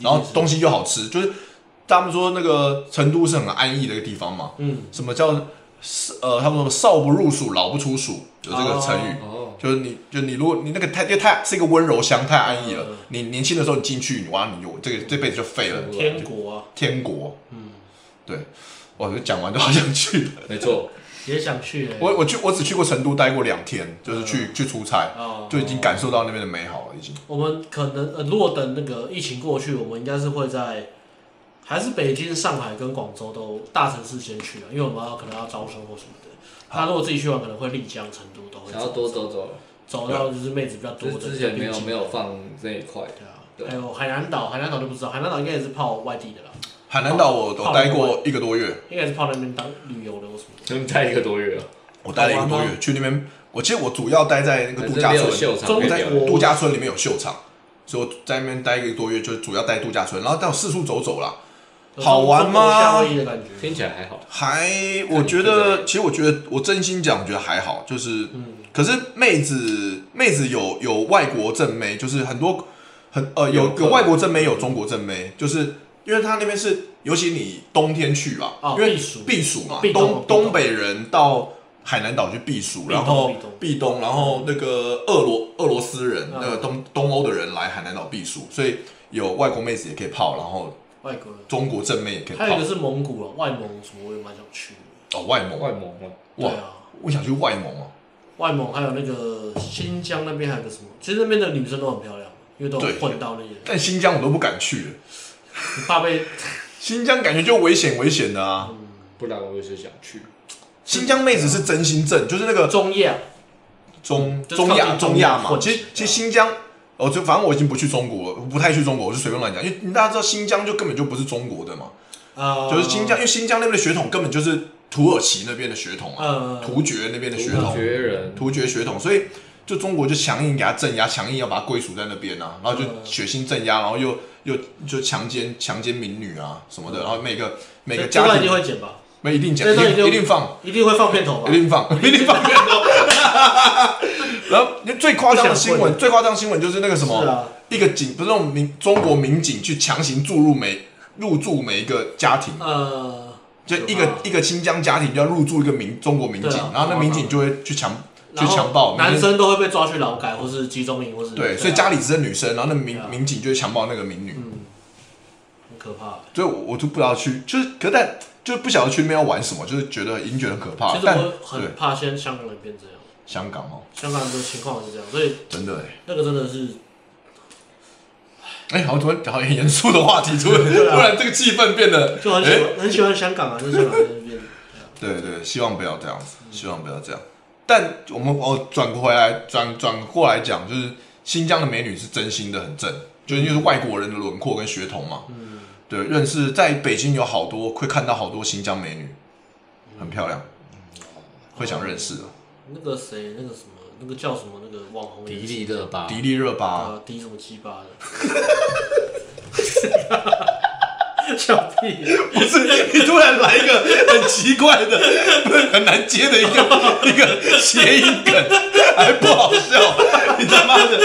Speaker 1: 然后
Speaker 3: 东
Speaker 1: 东西又好吃，就是他们说那个成都是很安逸的一个地方嘛，
Speaker 3: 嗯，
Speaker 1: 什么叫呃，他们说少不入蜀，老不出蜀，有这个成语。
Speaker 4: 哦，
Speaker 1: 就是你，就你，如果你那个太，因为太是一个温柔乡，太安逸了
Speaker 3: 嗯。
Speaker 1: 你年轻的时候你进去，你哇，你有这个这辈子就废
Speaker 4: 嗯
Speaker 1: 了。
Speaker 3: 天国啊，
Speaker 1: 天国，
Speaker 3: 嗯，
Speaker 1: 对，我讲完都好想去了。
Speaker 4: 没错，
Speaker 3: 也想去欸。
Speaker 1: 我我去，我只去过成都待过两天，就是去、去出差，
Speaker 3: 啊，
Speaker 1: 就已经感受到那边的美好了。已经
Speaker 3: 我们可能呃，如果等那个疫情过去，我们应该是会在还是北京、上海跟广州都大城市先去啊，因为我们要可能要招生或什么的。那如果自己去玩，可能会丽江、成都都会
Speaker 4: 想要多走走，
Speaker 3: 走到就是妹子比较
Speaker 4: 就
Speaker 3: 多
Speaker 4: 是
Speaker 3: 的。
Speaker 4: 之前没有没有
Speaker 3: 放。
Speaker 4: 放这一块。 [LAUGHS]
Speaker 3: 对啊，
Speaker 4: 对
Speaker 3: 还有海南岛，海南岛就不知道，海南岛应该也是泡外地的啦，
Speaker 1: 海南岛我
Speaker 3: 好
Speaker 1: 我待过一个多月，
Speaker 3: 应该也是泡那边当旅游的或什么的。
Speaker 4: 你们待一个多月了，
Speaker 1: 我待了一个多
Speaker 3: 好玩
Speaker 1: 月，去那边。我其实我主要待在那个度假
Speaker 4: 还是没
Speaker 1: 村，
Speaker 4: 有秀场
Speaker 3: 中
Speaker 1: 我
Speaker 4: 可以啊
Speaker 1: 在
Speaker 4: 聊
Speaker 3: 国
Speaker 1: 度假村里面有秀场，所以我在那边待一个多月，就主要待度假村，然后到四处走走啦。好玩吗
Speaker 3: 有中国夏威夷的感觉，
Speaker 4: 听起来还好。
Speaker 1: 还，
Speaker 4: 看
Speaker 1: 我
Speaker 4: 你
Speaker 1: 觉
Speaker 4: 负责
Speaker 1: 得，
Speaker 4: 任
Speaker 1: 其实我觉得，我真心讲，我觉得还好，就是，可是妹子，妹子有有外国正妹，就是很多很呃有
Speaker 4: 有
Speaker 1: 有外国正妹，有中国正妹，就是因为他那边是，尤其你冬天去吧，
Speaker 3: 哦
Speaker 1: 因为
Speaker 3: 避暑
Speaker 1: 避暑嘛，
Speaker 3: 避冬
Speaker 1: 东
Speaker 3: 避冬
Speaker 1: 东北人到海南岛去避暑，
Speaker 3: 避冬
Speaker 1: 然后
Speaker 3: 避冬
Speaker 1: 避冬，然后那个俄罗俄罗斯人，
Speaker 3: 嗯
Speaker 1: 那个东东欧的人来海南岛避暑，所以有外国妹子也可以泡，然后
Speaker 3: 外国人。
Speaker 1: 中国正妹也可以
Speaker 3: 还有一
Speaker 1: 泡
Speaker 3: 个，是蒙古啊，外蒙什么我也蛮想去的。
Speaker 1: 哦，外蒙，
Speaker 4: 外蒙嘛，
Speaker 1: 哇
Speaker 3: 对啊，
Speaker 1: 我想去外蒙哦、
Speaker 3: 外蒙还有那个新疆那边还有个什么，其实那边的女生都很漂亮，因为都
Speaker 1: 对
Speaker 3: 有混到那里，
Speaker 1: 但新疆我都不敢去了，
Speaker 3: 你怕被
Speaker 1: 新疆感觉就危险危险的啊。
Speaker 4: 不然我也是想去。
Speaker 1: 新疆妹子是真心正，就是那个
Speaker 3: 中夜啊，
Speaker 1: 中
Speaker 3: 就是
Speaker 1: 中
Speaker 3: 靠近
Speaker 1: 亚中亚嘛
Speaker 3: 混，
Speaker 1: 其
Speaker 3: 血嗯
Speaker 1: 实其实新疆，哦，就反正我已经不去中国了，我不太去中国，我就随便乱讲，因为大家知道新疆就根本就不是中国的嘛，
Speaker 3: 呃，
Speaker 1: 就是新疆，因为新疆那边的血统根本就是土耳其那边的血统啊，
Speaker 3: 呃，
Speaker 1: 突厥那边的血
Speaker 4: 土
Speaker 1: 统，
Speaker 3: 嗯
Speaker 4: 厥人，
Speaker 1: 突厥血统，所以就中国就强硬给他镇压，强硬要把他归属在那边啊，然后就血腥镇压，然后又又就强奸强奸民女啊什
Speaker 3: 嗯
Speaker 1: 么的，然后每个每个
Speaker 3: 这
Speaker 1: 家
Speaker 3: 这段一定
Speaker 1: 庭
Speaker 3: 会剪吧，
Speaker 1: 没一定讲，
Speaker 3: 这
Speaker 1: 一
Speaker 3: 段
Speaker 1: 定
Speaker 3: 一定
Speaker 1: 一定放。
Speaker 3: 一定会放片头吧
Speaker 1: 一，定放，
Speaker 3: [LAUGHS]
Speaker 1: 一定放 [LAUGHS] 然后最夸张的新
Speaker 3: 不想
Speaker 1: 闻，最夸张的新闻就是那个什
Speaker 3: 是
Speaker 1: 么，
Speaker 3: 啊，
Speaker 1: 一个警不是那种民中国民警去强行注入每入住每一个家庭，
Speaker 3: 呃，
Speaker 1: 就一
Speaker 3: 啊
Speaker 1: 个一个新疆家庭就要入住一个民中国民警
Speaker 3: 对啊，
Speaker 1: 然后那民警就会去强去
Speaker 3: 然后
Speaker 1: 强暴
Speaker 3: 男
Speaker 1: 民
Speaker 3: 生都会被抓去劳改或是集中营或是
Speaker 1: 对，
Speaker 3: 啊
Speaker 1: 所以家里只有女生，然后那民
Speaker 3: 对啊
Speaker 1: 民警就会强暴那个民女，
Speaker 3: 嗯，很可怕。
Speaker 1: 所以我我就不知道去，就是可是但就是不晓得去那边要玩什么，就是觉得已经觉得很可怕
Speaker 3: 其，实
Speaker 1: 啊但
Speaker 3: 我
Speaker 1: 对
Speaker 3: 很怕现在香港人变这样，
Speaker 1: 香港哦，
Speaker 3: 香港人的情况也是这样，所以
Speaker 1: 真的欸。
Speaker 3: 那个真的是
Speaker 1: 哎、好像突然好像很严肃的话题，突然、
Speaker 3: 对啊
Speaker 1: 突然这个气氛变得
Speaker 3: 就很喜欢、很喜欢香港啊，就是香港人那边。
Speaker 1: 对对，希望不要这样子，希望不要这样。但我们哦转回来转转过来讲，就是新疆的美女是真心的很正，就是因为是外国人的轮廓跟血统嘛。
Speaker 3: 嗯，
Speaker 1: 对，认识在北京有好多会看到好多新疆美女，很漂亮，会想认识的。
Speaker 3: 那个谁，那个什么，那个叫什么，那个网红
Speaker 2: 迪丽热
Speaker 3: 嗯
Speaker 2: 巴，
Speaker 4: 哦
Speaker 1: 迪丽热巴，
Speaker 3: 啊，迪什么鸡 [LAUGHS] 巴的，小屁，
Speaker 1: 不是你突然来一个 [LAUGHS] 很奇怪的、很难接的一个一个谐音梗，还不好笑， [LAUGHS] 你他妈的，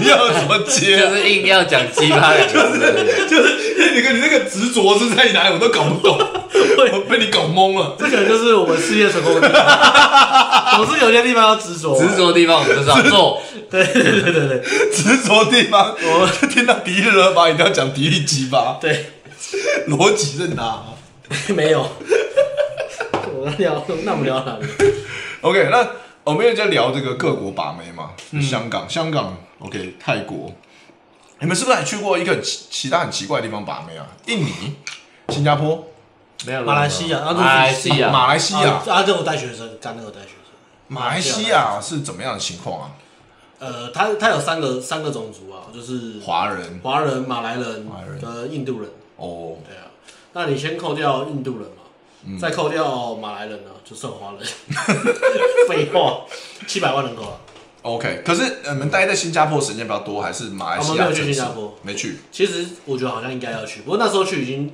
Speaker 1: 你要怎么接啊？
Speaker 2: 就是硬要讲鸡
Speaker 4: [LAUGHS]
Speaker 2: 巴两个字，
Speaker 1: 就是你跟你那个执着是在哪里，我都搞不懂，我被你搞懵了。
Speaker 3: [LAUGHS] 这个就是我们事业成功的地方，总是有些地方要执着，
Speaker 2: 执，着的地方我们
Speaker 4: [LAUGHS]
Speaker 2: 就是要
Speaker 4: 哦
Speaker 2: 做，
Speaker 3: 对对对对对
Speaker 1: 执着地方，我就听到迪丽热巴一定要讲迪丽鸡巴，
Speaker 3: 对，
Speaker 1: 逻辑在
Speaker 3: 啊
Speaker 1: 哪
Speaker 3: [LAUGHS] 没有，我们聊，那我们聊哪里？
Speaker 1: ？OK，那我们又在聊这个各国把妹嘛，香港，香港，OK，泰国，你们是不是还去过一个很奇其他很奇怪的地方把妹啊？印尼、新加坡、
Speaker 2: 没有
Speaker 3: 马来西亚啊
Speaker 2: 马来西亚，
Speaker 1: 马来西亚
Speaker 3: 啊、啊，这我带学生，干那个带学生。
Speaker 1: 马来西
Speaker 3: 啊
Speaker 1: 亚是怎么样的情况啊？
Speaker 3: 呃，他他有三个三个种族啊，就是
Speaker 1: 华人
Speaker 3: 华人、马来人
Speaker 1: 马来人
Speaker 3: 跟印度人。
Speaker 1: 哦，
Speaker 3: 对啊，那你先扣掉印度人嘛，
Speaker 1: 嗯
Speaker 3: 再扣掉马来人呢，啊就剩华人。 [LAUGHS] 废话，七百万人口啊。
Speaker 1: OK，可是呃你们待在新加坡时间比较多，还是马来西亚
Speaker 3: 哦我们没有去
Speaker 1: 城市
Speaker 3: 新加坡
Speaker 1: 没去
Speaker 3: 其实我觉得好像应该要去，不过那时候去已经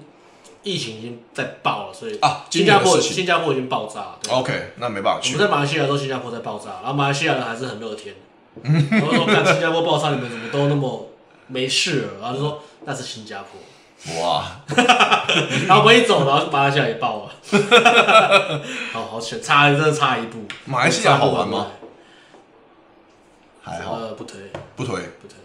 Speaker 3: 疫情已经在爆了，所以
Speaker 1: 啊今
Speaker 3: 新
Speaker 1: 年的
Speaker 3: 加坡
Speaker 1: 事情
Speaker 3: 新加坡已经爆炸了。对
Speaker 1: ？OK，那没办法
Speaker 3: 我
Speaker 1: 去
Speaker 3: 们。在马来西亚的时候，新加坡在爆炸，然后马来西亚人还是很乐天。
Speaker 1: [LAUGHS]
Speaker 3: 然后说：“看新加坡爆炸，你们怎么都那么没事了？”然后就说：“那是新加坡。” [LAUGHS]
Speaker 1: 哇，
Speaker 3: 然后我一走，然后马来西亚也爆了， [LAUGHS] 好好险，差真的差一步。
Speaker 1: 马来西亚好玩吗？还好
Speaker 3: 呃，不推，
Speaker 1: 不推。
Speaker 3: 不推，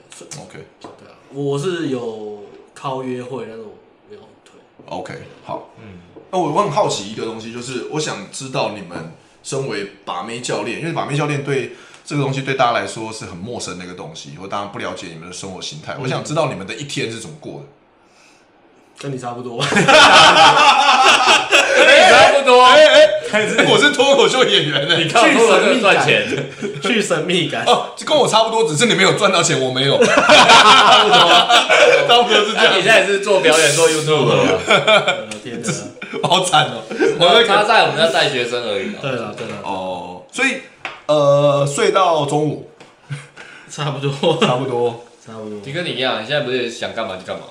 Speaker 1: OK
Speaker 3: 对啊，我是有靠约会，但是我没有推。
Speaker 1: OK，好。嗯，那我我很好奇一个东西，就是我想知道你们身为把妹教练，因为把妹教练对这个东西对大家来说是很陌生的一个东西，我当然不了解你们的生活形态。我
Speaker 3: 嗯
Speaker 1: 想知道你们的一天是怎么过的。
Speaker 3: 跟你差
Speaker 1: [LAUGHS]
Speaker 3: 不多，
Speaker 4: 哎
Speaker 2: 差不多。
Speaker 1: 哎
Speaker 3: 哎
Speaker 1: [LAUGHS] 我是脱口秀演员呢、欸
Speaker 2: 你靠脱口秀赚钱，
Speaker 3: 去神秘感。
Speaker 1: [LAUGHS] 哦，这跟我差不多，只是你没有赚到钱，我没有。差 [LAUGHS] 不多，差不多是这
Speaker 2: 那你
Speaker 1: 样。
Speaker 2: 现在也是做表演做 YouTube
Speaker 1: [LAUGHS]
Speaker 2: 了，
Speaker 3: 呃天哪！
Speaker 1: 好惨哦，我在
Speaker 2: 我他在我们在带学生而已啊。
Speaker 3: 对了对了，
Speaker 1: [LAUGHS] 哦，所以呃，睡到中午
Speaker 3: 差不多
Speaker 1: 差不多，
Speaker 3: 差不多。
Speaker 4: 你跟你一样，你现在不是想干嘛就干嘛吗？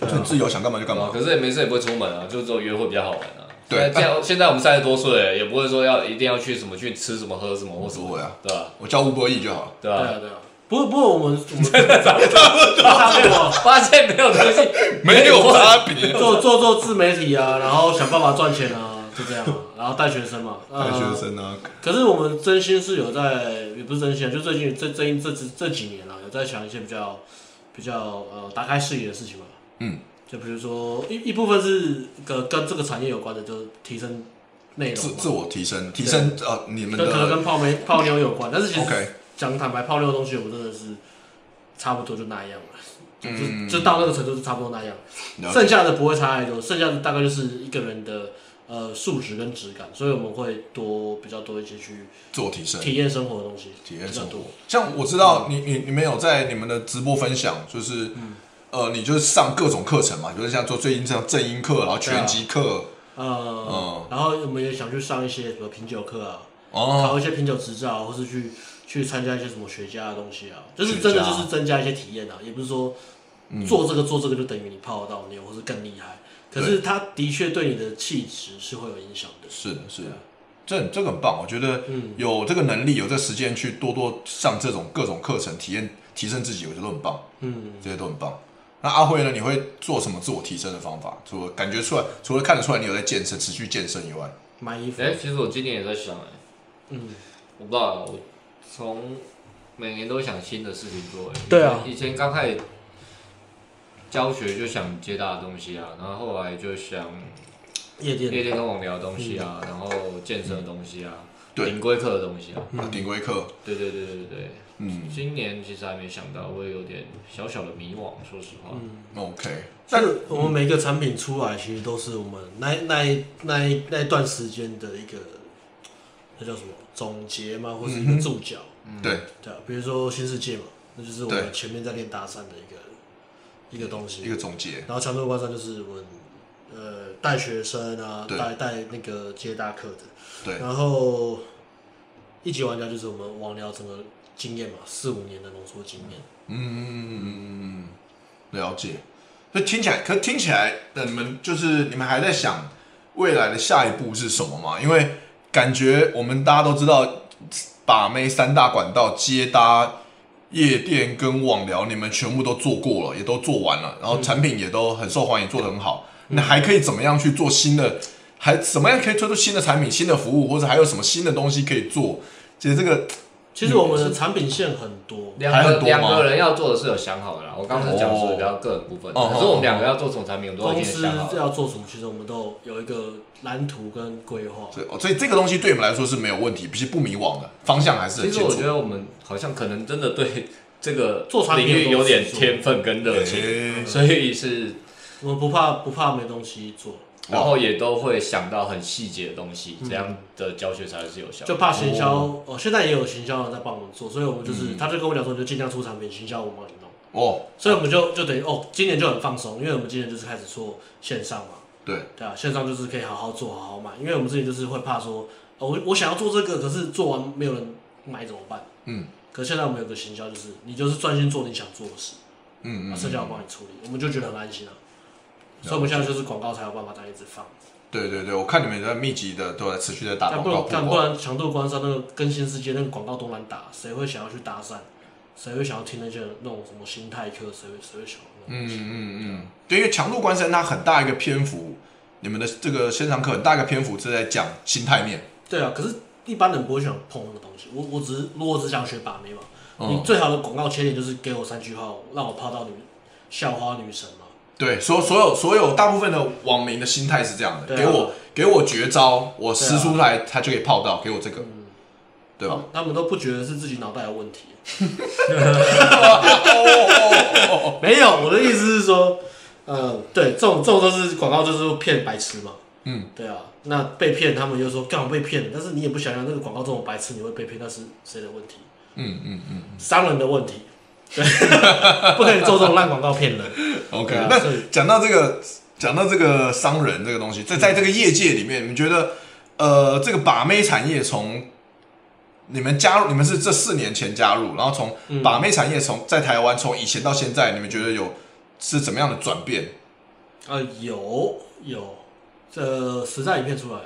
Speaker 1: 就很自由，想干嘛就干
Speaker 4: 啊
Speaker 1: 嘛。
Speaker 4: 可是也没事，也不会出门啊，就只有约会比较好玩啊。
Speaker 1: 对
Speaker 4: 现在这样现在我们三十多岁，也不会说要一定要去什么去吃什么喝什么或什
Speaker 1: 无所
Speaker 4: 么
Speaker 1: 谓啊，
Speaker 4: 对吧？
Speaker 1: 我叫吴博义就好了。
Speaker 4: 对
Speaker 3: 对
Speaker 4: 吧？
Speaker 3: 啊对啊，不过不过我们我们差
Speaker 1: 啊
Speaker 3: 不多差不多。
Speaker 4: [LAUGHS] 发现没有东西，
Speaker 1: 没有差别。
Speaker 3: 做做做自媒体啊，然后想办法赚钱啊，就这样、啊，然后带学生嘛，呃
Speaker 1: 带学。生啊，
Speaker 3: 可是我们真心是有在，也不是真心啊，就最近这最近这这这几年啊，有在想一些比较比较呃打开视野的事情嘛。
Speaker 1: 嗯，
Speaker 3: 就比如说一一部分是跟跟这个产业有关的，就是提升内容
Speaker 1: 自
Speaker 3: 嘛，
Speaker 1: 自我提升，提升呃你们
Speaker 3: 跟可能
Speaker 1: 的
Speaker 3: 跟泡妹泡妞有关，但是其实
Speaker 1: OK
Speaker 3: 讲坦白，泡妞的东西我真的是差不多就那样了，就
Speaker 1: 嗯
Speaker 3: 就到那个程度就差不多那样，
Speaker 1: 了解
Speaker 3: 剩下的不会差太多，剩下的大概就是一个人的呃素质跟质感，所以我们会多比较多一些去
Speaker 1: 做提嗯升。
Speaker 3: 体验生活的东西，
Speaker 1: 体验
Speaker 3: 比较
Speaker 1: 生活
Speaker 3: 多。
Speaker 1: 像我知道你你你们有在你们的直播分享，就是、呃，你就是上各种课程嘛，就是像做最近像正音课，然后拳击课，
Speaker 3: 呃，然后我们也想去上一些什么品酒课啊，
Speaker 1: 嗯哦，
Speaker 3: 考一些品酒执照，或是去去参加一些什么学家的东西啊，就是真
Speaker 1: 学
Speaker 3: 的就
Speaker 1: 家嗯
Speaker 3: 是增加一些体验啊，也不是说做这个做这个就等于你泡得到妞，或是更厉害。可是它的确对你的气质是会有影响的。
Speaker 1: 是的，是的，这这个很棒，我觉得
Speaker 3: 嗯
Speaker 1: 有这个能力，有这时间去多多上这种各种课程，体验提升自己，我觉得都很棒，
Speaker 3: 嗯，
Speaker 1: 这些都很棒。那阿辉呢？你会做什么自我提升的方法？除了感觉出来，除了看得出来你有在健身、持续健身以外，
Speaker 3: 买衣服
Speaker 4: 哎、，其实我今年也在想、哎，
Speaker 3: 嗯，
Speaker 4: 我不知道，啊我从每年都想新的事情做、哎
Speaker 3: 对啊
Speaker 4: 以前刚开始教学就想接大的东西啊，然后后来就想
Speaker 3: 夜
Speaker 4: 夜
Speaker 3: 店
Speaker 4: 店跟网聊的东西啊，
Speaker 3: 嗯
Speaker 4: 然后健身的东西啊，
Speaker 1: 对
Speaker 4: 顶规课的东西啊，
Speaker 3: 嗯
Speaker 1: 啊顶规课，
Speaker 4: 对对对对对对。
Speaker 1: 嗯
Speaker 4: 今年其实还没想到，我也有点小小的迷惘，说实话。
Speaker 3: 嗯
Speaker 1: ，OK，
Speaker 3: 但是我
Speaker 1: 嗯
Speaker 3: 们每一个产品出来，其实都是我们那那一那一那一段时间的一个，那叫什么总结嘛，或是一个注脚。
Speaker 1: 嗯对，
Speaker 3: 对啊，比如说新世界嘛，那就是我们
Speaker 1: 对
Speaker 3: 前面在练搭讪的一个一个东西
Speaker 1: 一。个总结，
Speaker 3: 然后强度关山就是我们呃带学生啊，
Speaker 1: 对
Speaker 3: 带带那个接大课的，
Speaker 1: 对，
Speaker 3: 然后一级玩家就是我们网聊整个经验嘛，四五年的浓缩经验。
Speaker 1: 嗯，了解。所以听起来，可听起来，那你们就是你们还在想未来的下一步是什么吗？因为感觉我们大家都知道，把妹三大管道接搭、夜店跟网聊，你们全部都做过了，也都做完了，然
Speaker 4: 嗯
Speaker 1: 后产品也都很受欢迎，做得很好。那还可以怎么样去做新的？还怎么样可以推出新的产品、新的服务，或者还有什么新的东西可以做？其实这个
Speaker 3: 其实我们的产品线很多，
Speaker 4: 两
Speaker 1: 还很
Speaker 4: 个
Speaker 1: 多吗
Speaker 4: 两个人要做的是有想好的啦，我刚刚是讲说比较个人部分的，
Speaker 1: 哦
Speaker 4: 可是我们两个要做什么产品，我们都
Speaker 3: 公
Speaker 4: 已
Speaker 3: 司
Speaker 4: 经想好了。
Speaker 3: 要做什么，其实我们都有一个蓝图跟规划。
Speaker 1: 对，哦所以这个东西对你们来说是没有问题，不是不迷惘的，方向还是
Speaker 4: 其
Speaker 1: 很
Speaker 4: 实
Speaker 1: 清
Speaker 4: 我
Speaker 1: 楚
Speaker 4: 觉。得我们好像可能真的对
Speaker 1: [LAUGHS]
Speaker 4: 这个
Speaker 3: 做产
Speaker 4: 领
Speaker 3: 品的
Speaker 4: 域有点
Speaker 3: 公司
Speaker 4: 天分跟热情，
Speaker 1: 诶
Speaker 4: 所以是
Speaker 3: 我们不怕不怕没东西做，
Speaker 1: 哇
Speaker 4: 然后也都会想到很细节的东西，这样的教学才是有效。
Speaker 3: 就怕行销。哦，现在也有行销人在帮我们做，所以我们就是他就跟我讲说，你就尽量出产品，行销我帮你弄。
Speaker 1: 哦，
Speaker 3: 所以我们就就等于哦，今年就很放松，因为我们今年就是开始做线上嘛，
Speaker 1: 对，
Speaker 3: 对啊，线上就是可以好好做，好好买，因为我们之前就是会怕说，哦，我我想要做这个，可是做完没有人买怎么办？
Speaker 1: 嗯，
Speaker 3: 可是现在我们有个行销，就是你就是专心做你想做的事，
Speaker 1: 嗯
Speaker 3: 啊，
Speaker 1: 嗯，
Speaker 3: 剩下我帮你处理，我们就觉得很安心啊。所以我们现在就是广告才有办法这样一直放，
Speaker 1: 对对对，我看你们在密集的都在持续在打广
Speaker 3: 但不
Speaker 1: 告
Speaker 3: 然
Speaker 1: 曝
Speaker 3: 但不
Speaker 1: 光，
Speaker 3: 然强度关山那个更新世界那个广告多难打，谁会想要去搭讪？谁会想要听那些那种什么心态课？谁会谁会想要那种？
Speaker 1: 嗯嗯嗯，对，因为强度关山它很大一个篇幅，你们的这个线上课很大一个篇幅是在讲心态面，
Speaker 3: 对啊，可是一般人不会想碰那个东西。我我只是如果只想学把妹嘛，
Speaker 1: 嗯
Speaker 3: 你最好的广告切点就是给我三句话，让我泡到女校花女神嘛。
Speaker 1: 对，所所有所有大部分的网民的心态是这样的，
Speaker 3: 对啊啊
Speaker 1: 给我给我绝招，我施出来他就可以泡到，给我这个，
Speaker 3: 嗯
Speaker 1: 对吧？
Speaker 3: 他们都不觉得是自己脑袋有问题。
Speaker 1: 哦
Speaker 3: 没有，我的意思是说，呃，对，这种这种都是广告，就是骗白痴嘛。
Speaker 1: 嗯，
Speaker 3: 对啊，那被骗，他们又说干嘛被骗了？但是你也不想想，那个广告这种白痴你会被骗，那是谁的问题？
Speaker 1: 嗯嗯嗯
Speaker 3: 商人的问题。对， [LAUGHS] 不可以做这种烂广告骗人。
Speaker 1: ，OK，
Speaker 3: 对啊
Speaker 1: 那
Speaker 3: 所以
Speaker 1: 讲到这个，讲到这个商人这个东西，在在
Speaker 3: 嗯
Speaker 1: 这个业界里面，你们觉得，呃，这个把妹产业从你们加入，你们是这四年前加入，然后
Speaker 3: 嗯
Speaker 1: 从把妹产业从在台湾从以前到现在，你们觉得有是怎么样的转变？
Speaker 3: 啊，有有，这实战影片出来，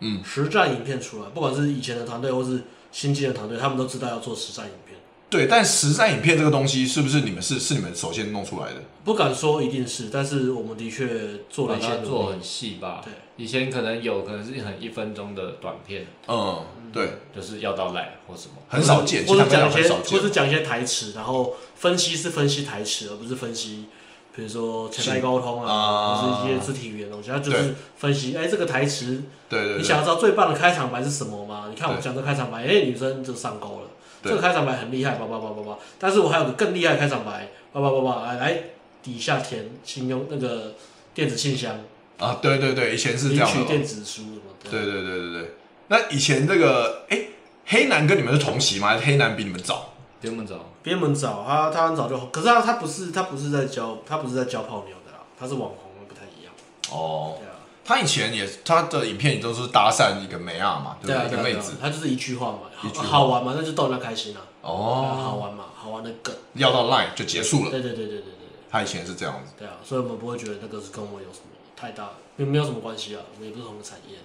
Speaker 1: 嗯，
Speaker 3: 实战影片出来，不管是以前的团队或是新进的团队，他们都知道要做实战影片，
Speaker 1: 对，但实战影片这个东西是不是你们是是你们首先弄出来的？
Speaker 3: 不敢说一定是，但是我们的确做了
Speaker 4: 把
Speaker 3: 一些
Speaker 4: 它
Speaker 3: 努
Speaker 4: 做
Speaker 3: 力。
Speaker 4: 很细吧，
Speaker 3: 对，
Speaker 4: 以前可能有可能是很一分钟的短片，
Speaker 1: 嗯，对，
Speaker 4: 就是要到来或什么。
Speaker 1: 很少见，其
Speaker 3: 或
Speaker 1: 实
Speaker 3: 者
Speaker 1: 坦白
Speaker 3: 讲
Speaker 1: 讲
Speaker 3: 一
Speaker 1: 很
Speaker 3: 些，
Speaker 1: 少
Speaker 3: 或
Speaker 1: 见
Speaker 3: 者。讲一些台词，然后分析是分析台词，而不是分析，比如说前代沟通啊，
Speaker 1: 啊
Speaker 3: 或是一些肢体语言的东西，它就
Speaker 1: 对
Speaker 3: 是分析，哎，这个台词
Speaker 1: 对对
Speaker 3: 你
Speaker 1: 对，
Speaker 3: 想要知道最棒的开场白是什么吗？你看我
Speaker 1: 对
Speaker 3: 讲这开场白，哎、女生就上钩了。
Speaker 1: 对
Speaker 3: 这个开场白很厉害，叭叭叭叭叭。但是我还有个更厉害的开场白，叭叭叭叭，哎来来底下填信用那个电子信箱，
Speaker 1: 啊，对对对，以前是这
Speaker 3: 领
Speaker 1: 样的哦
Speaker 3: 取
Speaker 1: 嘛。
Speaker 3: 电子书什么的。
Speaker 1: 对对对对对。那以前这个，哎，黑男跟你们是同期吗？还是黑男比你们早？
Speaker 4: 不用找，
Speaker 3: 边门早，他他很早就红，可是他他不是他不是在教他不是在教泡妞的啦，他是网红，不太一样。
Speaker 1: 哦
Speaker 3: 对，啊，
Speaker 1: 他以前也他的影片也都是搭讪一个美亚嘛，对
Speaker 3: 对啊，
Speaker 1: 不对？一
Speaker 3: 对
Speaker 1: 个
Speaker 3: 啊，
Speaker 1: 妹
Speaker 3: 对啊
Speaker 1: 子。
Speaker 3: 他就是一句话嘛，
Speaker 1: 一句话
Speaker 3: 好好玩嘛，那就逗人家开心啊，对啊好
Speaker 1: 哦，
Speaker 3: 玩嘛，好玩的梗。
Speaker 1: 要到 line 就结束
Speaker 3: 对
Speaker 1: 了。
Speaker 3: 对对对对对对，
Speaker 1: 他以前是这样子。
Speaker 3: 对啊，所以我们不会觉得那个是跟我有什么太大，没没有什么关系啊，我们也不是同个产业。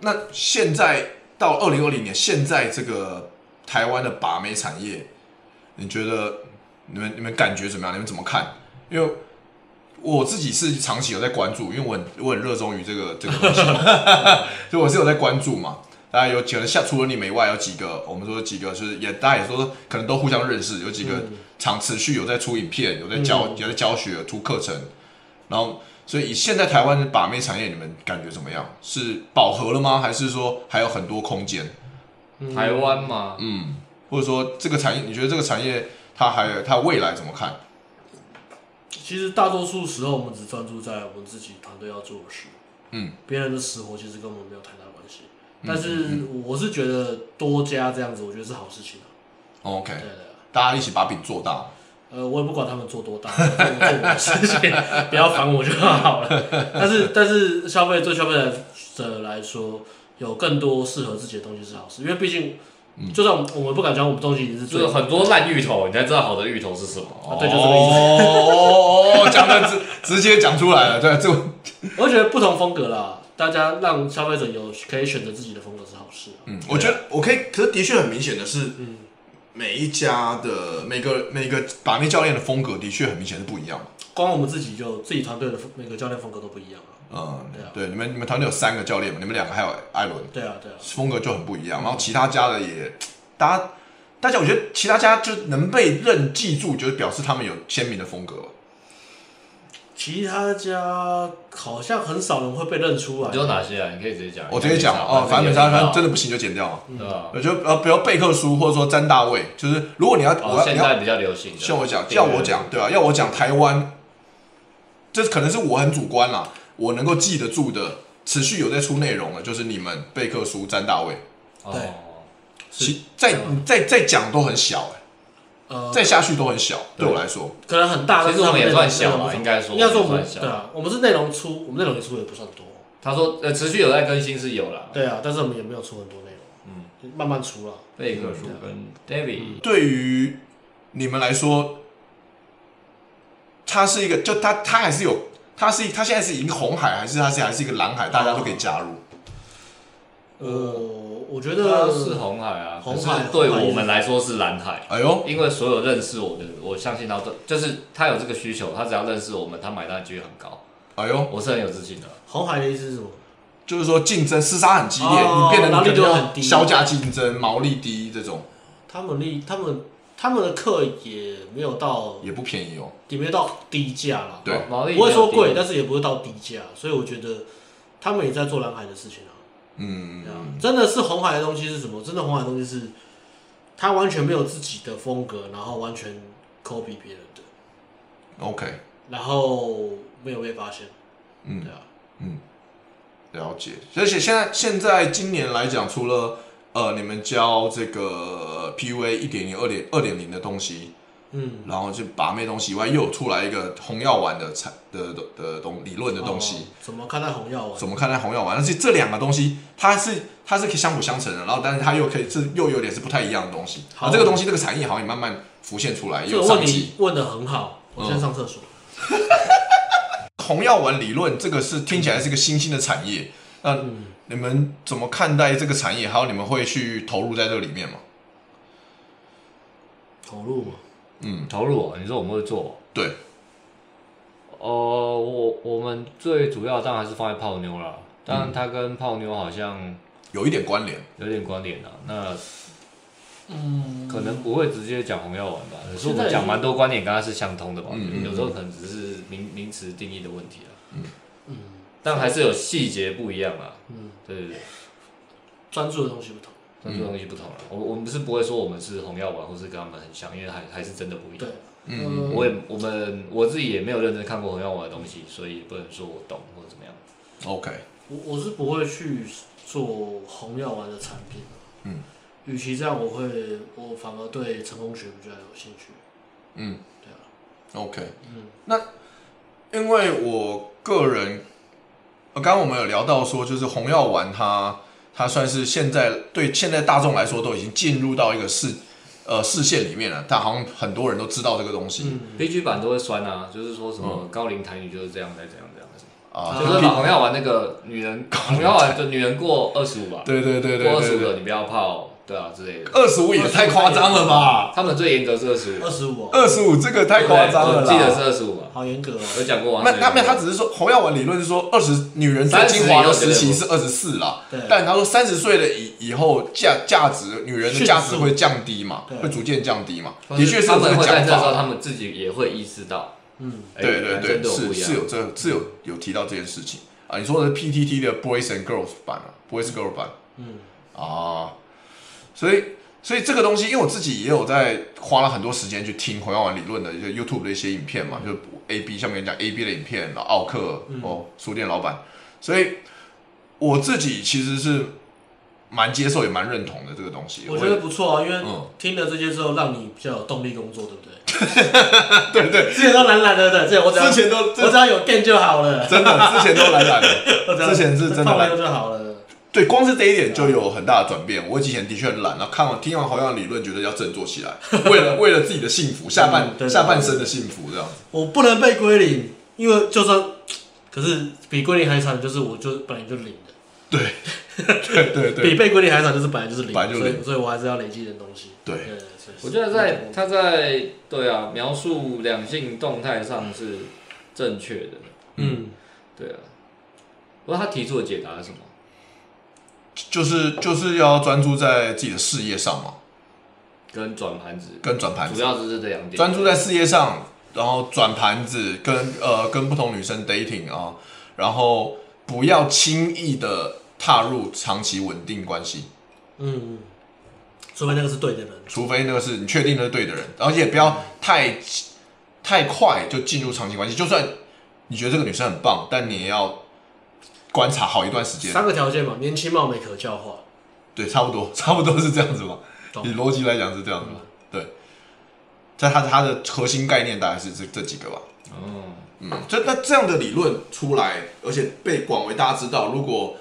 Speaker 1: 那现在到二零二零年，现在这个台湾的把妹产业，你觉得你们你们感觉怎么样？你们怎么看？因为我自己是长期有在关注，因为我很我很热衷于这个 [LAUGHS] 这个东西嘛，所以我是有在关注嘛。当然有几个下，除了你们以外，有几个我们说几个就是也大家也说可能都互相认识，有几个长持续有在出影片，有在教、有在教学、有出课程，然后所以以现在台湾的把妹产业，你们感觉怎么样？是饱和了吗？还是说还有很多空间？
Speaker 4: 台湾嘛，
Speaker 1: 嗯，或者说这个产业，你觉得这个产业它还有它未来怎么看？
Speaker 3: 其实大多数时候我们只专注在我们自己团队要做的事，
Speaker 1: 嗯，
Speaker 3: 别人的死活其实跟我们没有太大关系。但是
Speaker 1: 嗯
Speaker 3: 我是觉得多加这样子，我觉得是好事情啊。
Speaker 1: 哦 OK，
Speaker 3: 对对对。
Speaker 1: 大家一起把饼做大。
Speaker 3: 呃，我也不管他们做多大，我 [LAUGHS] 做我的事情，不要烦我就好了。 [LAUGHS] 但是，但是消费对消费者来说，有更多适合自己的东西是好事，因为毕竟，就算我们我们不敢讲我们东西已经是
Speaker 4: 就
Speaker 3: 最
Speaker 4: 是很多哦烂芋头，你才知道好的芋头是什么。
Speaker 3: 啊对，就这个意思。
Speaker 1: 哦哦哦，讲的直直接讲出来了，对，这
Speaker 3: 我会觉得不同风格啦，大家让消费者有可以选择自己的风格是好事、啊。
Speaker 1: 嗯，我觉得我可以，可是的确很明显的是，每一家的每个每个把妹教练的风格的确很明显是不一样嘛。
Speaker 3: 光我们自己就自己团队的风每个教练风格都不一样了。
Speaker 1: 嗯
Speaker 3: 对啊，
Speaker 1: 对，你们你们团队有三个教练嘛，你们两个还有艾伦，
Speaker 3: 对啊，对啊，
Speaker 1: 风格就很不一样。然后其他家的也，大家大家我觉得其他家就能被认记住，就是表示他们有鲜明的风格吧。
Speaker 3: 其他家好像很少人会被认出来
Speaker 4: 你。有哪些啊？你可以直接讲。
Speaker 1: 我直接讲哦，反正反正真的不行就剪掉嘛。
Speaker 4: 的，对吧？
Speaker 1: 我就呃，比如备课书或者说詹大卫，就是如果你要我
Speaker 4: 哦，
Speaker 1: 要
Speaker 4: 现
Speaker 1: 你要
Speaker 4: 在比较流行的。
Speaker 1: 像我讲，要我讲对啊，要我讲台湾，这可能是我很主观啦，我能够记得住的，持续有在出内容的，就是你们备课书詹大卫，
Speaker 4: 哦，
Speaker 3: 对
Speaker 1: 其再再再讲都很小、
Speaker 3: 呃，
Speaker 1: 再下去都很小，对我来说。
Speaker 3: 可能很大，
Speaker 4: 其实我们也
Speaker 3: 但
Speaker 4: 算
Speaker 3: 是他
Speaker 4: 小
Speaker 3: 们内容
Speaker 4: 了，应该说
Speaker 3: 应该说我们
Speaker 4: 算小
Speaker 3: 对。啊，我们是内容出，我们内容也出也不算多，
Speaker 4: 他说呃，持续有在更新是有啦。
Speaker 3: 对啊，但是我们也没有出很多内容，嗯，慢慢出了。
Speaker 4: 贝克树
Speaker 3: 嗯
Speaker 4: 跟 David，
Speaker 1: 对于你们来说，它是一个，就它它还是有，它是它现在是已经红海，还是它现在还是一个蓝海，大家都可以加入。
Speaker 3: 呃，我觉
Speaker 4: 他
Speaker 3: 得
Speaker 4: 是红海啊，可
Speaker 3: 红
Speaker 4: 是
Speaker 3: 海
Speaker 4: 对
Speaker 3: 红海
Speaker 4: 我们来说是蓝海。
Speaker 1: 哎呦，
Speaker 4: 因为所有认识我的，我相信他，就是他有这个需求，他只要认识我们，他买单几率很高。
Speaker 1: 哎呦，
Speaker 4: 我是很有自信的。
Speaker 3: 红海的意思是什么？
Speaker 1: 就是说竞争厮杀很激烈，
Speaker 3: 哦
Speaker 1: 你变得
Speaker 3: 毛利
Speaker 1: 你
Speaker 3: 就
Speaker 1: 就
Speaker 3: 很低
Speaker 1: 销价竞争，毛利低这种
Speaker 3: 他们利他们他们的课也没有到
Speaker 1: 也不便宜哦。
Speaker 3: 也没有到低价啦，
Speaker 1: 对
Speaker 4: 毛利
Speaker 3: 不会说
Speaker 4: 比较
Speaker 3: 贵，
Speaker 4: 低
Speaker 3: 但是也不会到低价，所以我觉得他们也在做蓝海的事情啊。
Speaker 1: 嗯
Speaker 3: 对啊，真的是红海的东西是什么？真的红海的东西是，他完全没有自己的风格，然后完全 copy 别人的，
Speaker 1: ，OK，
Speaker 3: 然后没有被发现。
Speaker 1: 嗯
Speaker 3: 对啊，
Speaker 1: 了解。而且现在现在今年来讲，除了呃你们教这个 PUA 一点零、二点二点零的东西，
Speaker 3: 嗯，
Speaker 1: 然后就把妹东西以外，又有出来一个红药丸的产的的的东理论的东
Speaker 3: 哦
Speaker 1: 西，
Speaker 3: 怎么看待红药丸？
Speaker 1: 怎么看待红药丸？但是这两个东西，它是它是可以相辅相成的，然后但是它又可以是又有点是不太一样的东西。
Speaker 3: 好
Speaker 1: 而这个东西这个产业好像也慢慢浮现出来，也
Speaker 3: 这
Speaker 1: 有
Speaker 3: 个问
Speaker 1: 商机
Speaker 3: 题。问的很好，我先
Speaker 1: 嗯
Speaker 3: 上厕所。
Speaker 1: 红药丸理论这个是听起来是一个新兴的产业，那
Speaker 3: 嗯
Speaker 1: 你们怎么看待这个产业？还有你们会去投入在这个里面吗？
Speaker 3: 投入嘛，
Speaker 2: 投入、哦，你说我们会做、哦？
Speaker 1: 对，
Speaker 4: 哦
Speaker 2: 呃，我我们最主要当然还是放在泡妞啦，当然它跟泡妞好像
Speaker 1: 有一点关联。
Speaker 2: 有点关联啊。那嗯，可能不会直接讲红药丸吧，可是我
Speaker 3: 现在
Speaker 2: 们
Speaker 3: 已
Speaker 2: 讲
Speaker 3: 经
Speaker 2: 蛮多观点跟它是相通的吧，
Speaker 1: 嗯嗯嗯
Speaker 2: 有时候可能只是名名词定义的问题啊。
Speaker 3: 嗯，
Speaker 4: 但还是有细节不一样啊。
Speaker 3: 嗯，
Speaker 4: 对对对，
Speaker 3: 专注的东西不同。
Speaker 4: 但这个东西不同了。啊我我们不是不会说我们是红药丸，或是跟他们很像，因为还还是真的不一样
Speaker 3: 对。，呃
Speaker 1: 嗯
Speaker 4: 我也我们我自己也没有认真看过红药丸的东西，所以也不能说我懂或者怎么样。
Speaker 1: ，OK，
Speaker 3: 我我是不会去做红药丸的产品
Speaker 1: 嗯，
Speaker 3: 与其这样，我会我反而对成功学比较有兴趣。
Speaker 1: 嗯
Speaker 3: 对啊，
Speaker 1: ，OK，
Speaker 3: 嗯
Speaker 1: 那因为我个人，呃刚刚我们有聊到说，就是红药丸它它算是现在对现在大众来说都已经进入到一个视呃视线里面了，但好像很多人都知道这个东西、
Speaker 3: 嗯，
Speaker 4: B G 版都会酸啊，就是说什么高龄台女就是这样，再怎样怎样。
Speaker 1: 啊，
Speaker 4: 就是把红药丸那个女人，红药丸的女人过二十五吧，
Speaker 1: 对对对对
Speaker 4: 过二
Speaker 1: 对对
Speaker 4: 十五
Speaker 1: 对
Speaker 4: 了你不要泡，对啊之类的。
Speaker 1: 二十五也太夸张了吧？
Speaker 4: 他们最严格是二十五，
Speaker 3: 二十五，啊
Speaker 1: 二十五这个太夸张了
Speaker 4: 我
Speaker 1: 啦！
Speaker 4: 记得是二十五吧，
Speaker 3: 好严格哦。
Speaker 4: 有讲过吗？啊
Speaker 1: 那他没有，他只是说红药丸理论是说二十女人最
Speaker 4: 30
Speaker 1: 精华的时
Speaker 4: 以
Speaker 1: 期
Speaker 4: 后
Speaker 1: 是二十四啦
Speaker 3: 对，
Speaker 1: 但他说三十岁的以以后价价值女人的价值
Speaker 3: 迅速
Speaker 1: 会降低嘛
Speaker 3: 对，
Speaker 1: 会逐渐降低嘛，
Speaker 4: 或
Speaker 1: 的
Speaker 4: 是
Speaker 1: 确是
Speaker 4: 他
Speaker 1: 有这
Speaker 4: 们
Speaker 1: 个
Speaker 4: 会在
Speaker 1: 讲
Speaker 4: 这时候，
Speaker 1: 法，
Speaker 4: 他们自己也会意识到，
Speaker 3: 嗯，
Speaker 4: 哎
Speaker 1: 对对
Speaker 4: 男生
Speaker 1: 对，
Speaker 4: 都有不
Speaker 1: 是
Speaker 4: 一样
Speaker 1: 是有这是有有提到这件事情啊。你说的是 PTT 的 Boys and Girls 版啊，Boys Girl 版，
Speaker 3: 嗯，
Speaker 1: 啊，所以所以这个东西，因为我自己也有在花了很多时间去听红药丸理论的一些 YouTube 的一些影片嘛，就是 A B 上面讲 A B 的影片，然后奥克、
Speaker 3: 嗯
Speaker 1: 哦书店老板，所以我自己其实是蛮接受也蛮认同的这个东西。
Speaker 3: 我觉得
Speaker 1: 也
Speaker 3: 不错啊，因为
Speaker 1: 嗯
Speaker 3: 听了这些之后，让你比较有动力工作，对不对？
Speaker 1: [LAUGHS] 对对，
Speaker 3: 之前都懒懒的，对不对，这我只要
Speaker 1: 之前都
Speaker 3: 我只要有 gain 就好了，
Speaker 1: 真
Speaker 3: [LAUGHS]
Speaker 1: 的之前都懒懒
Speaker 3: 我只要
Speaker 1: 的，之前是真的
Speaker 3: 放
Speaker 1: 懒
Speaker 3: 掉。就好了。
Speaker 1: 对，光是这一点就有很大的转变。我以前的确很懒，然后看完听完好像理论，觉得要振作起来，为了为了自己的幸福，下半、
Speaker 3: 嗯对对
Speaker 1: 下半生的幸福这样。
Speaker 3: 我不能被归零，因为就算，可是比归零还惨的就是我就本来就零的，
Speaker 1: 对，对对
Speaker 3: 比
Speaker 1: 对
Speaker 3: [LAUGHS] 被归零还惨就是本来就是零，
Speaker 1: 本来就
Speaker 3: 所
Speaker 1: 零
Speaker 3: 以所以我还是要累积点东西。
Speaker 1: 对，
Speaker 3: 所以
Speaker 4: 我觉得在他在对啊描述两性动态上是正确的，
Speaker 3: 嗯，
Speaker 4: 对啊。不过他提出的解答是什么？
Speaker 1: 就是就是要专注在自己的事业上嘛，
Speaker 4: 跟转盘子，
Speaker 1: 跟转盘
Speaker 4: 主
Speaker 1: 子，
Speaker 4: 要就是这两点。
Speaker 1: 专注在事业上，然后转盘子，跟呃跟不同女生 dating 啊，然后不要轻易的踏入长期稳定关系，
Speaker 3: 嗯，除非那个是对的人，
Speaker 1: 除非那个是你确定那是对的人，而且不要太太快就进入长期关系，就算你觉得这个女生很棒，但你也要观察好一段时间，
Speaker 3: 三个条件嘛，年轻貌美可教化，
Speaker 1: 对，差不多， [LAUGHS] 差不多是这样子嘛。
Speaker 3: 懂嗯
Speaker 1: 以逻辑来讲是这样子嘛。对，在它它的核心概念大概是这这几个吧。
Speaker 4: 哦，
Speaker 1: 嗯，这那这样的理论出来，而且被广为大家知道，如果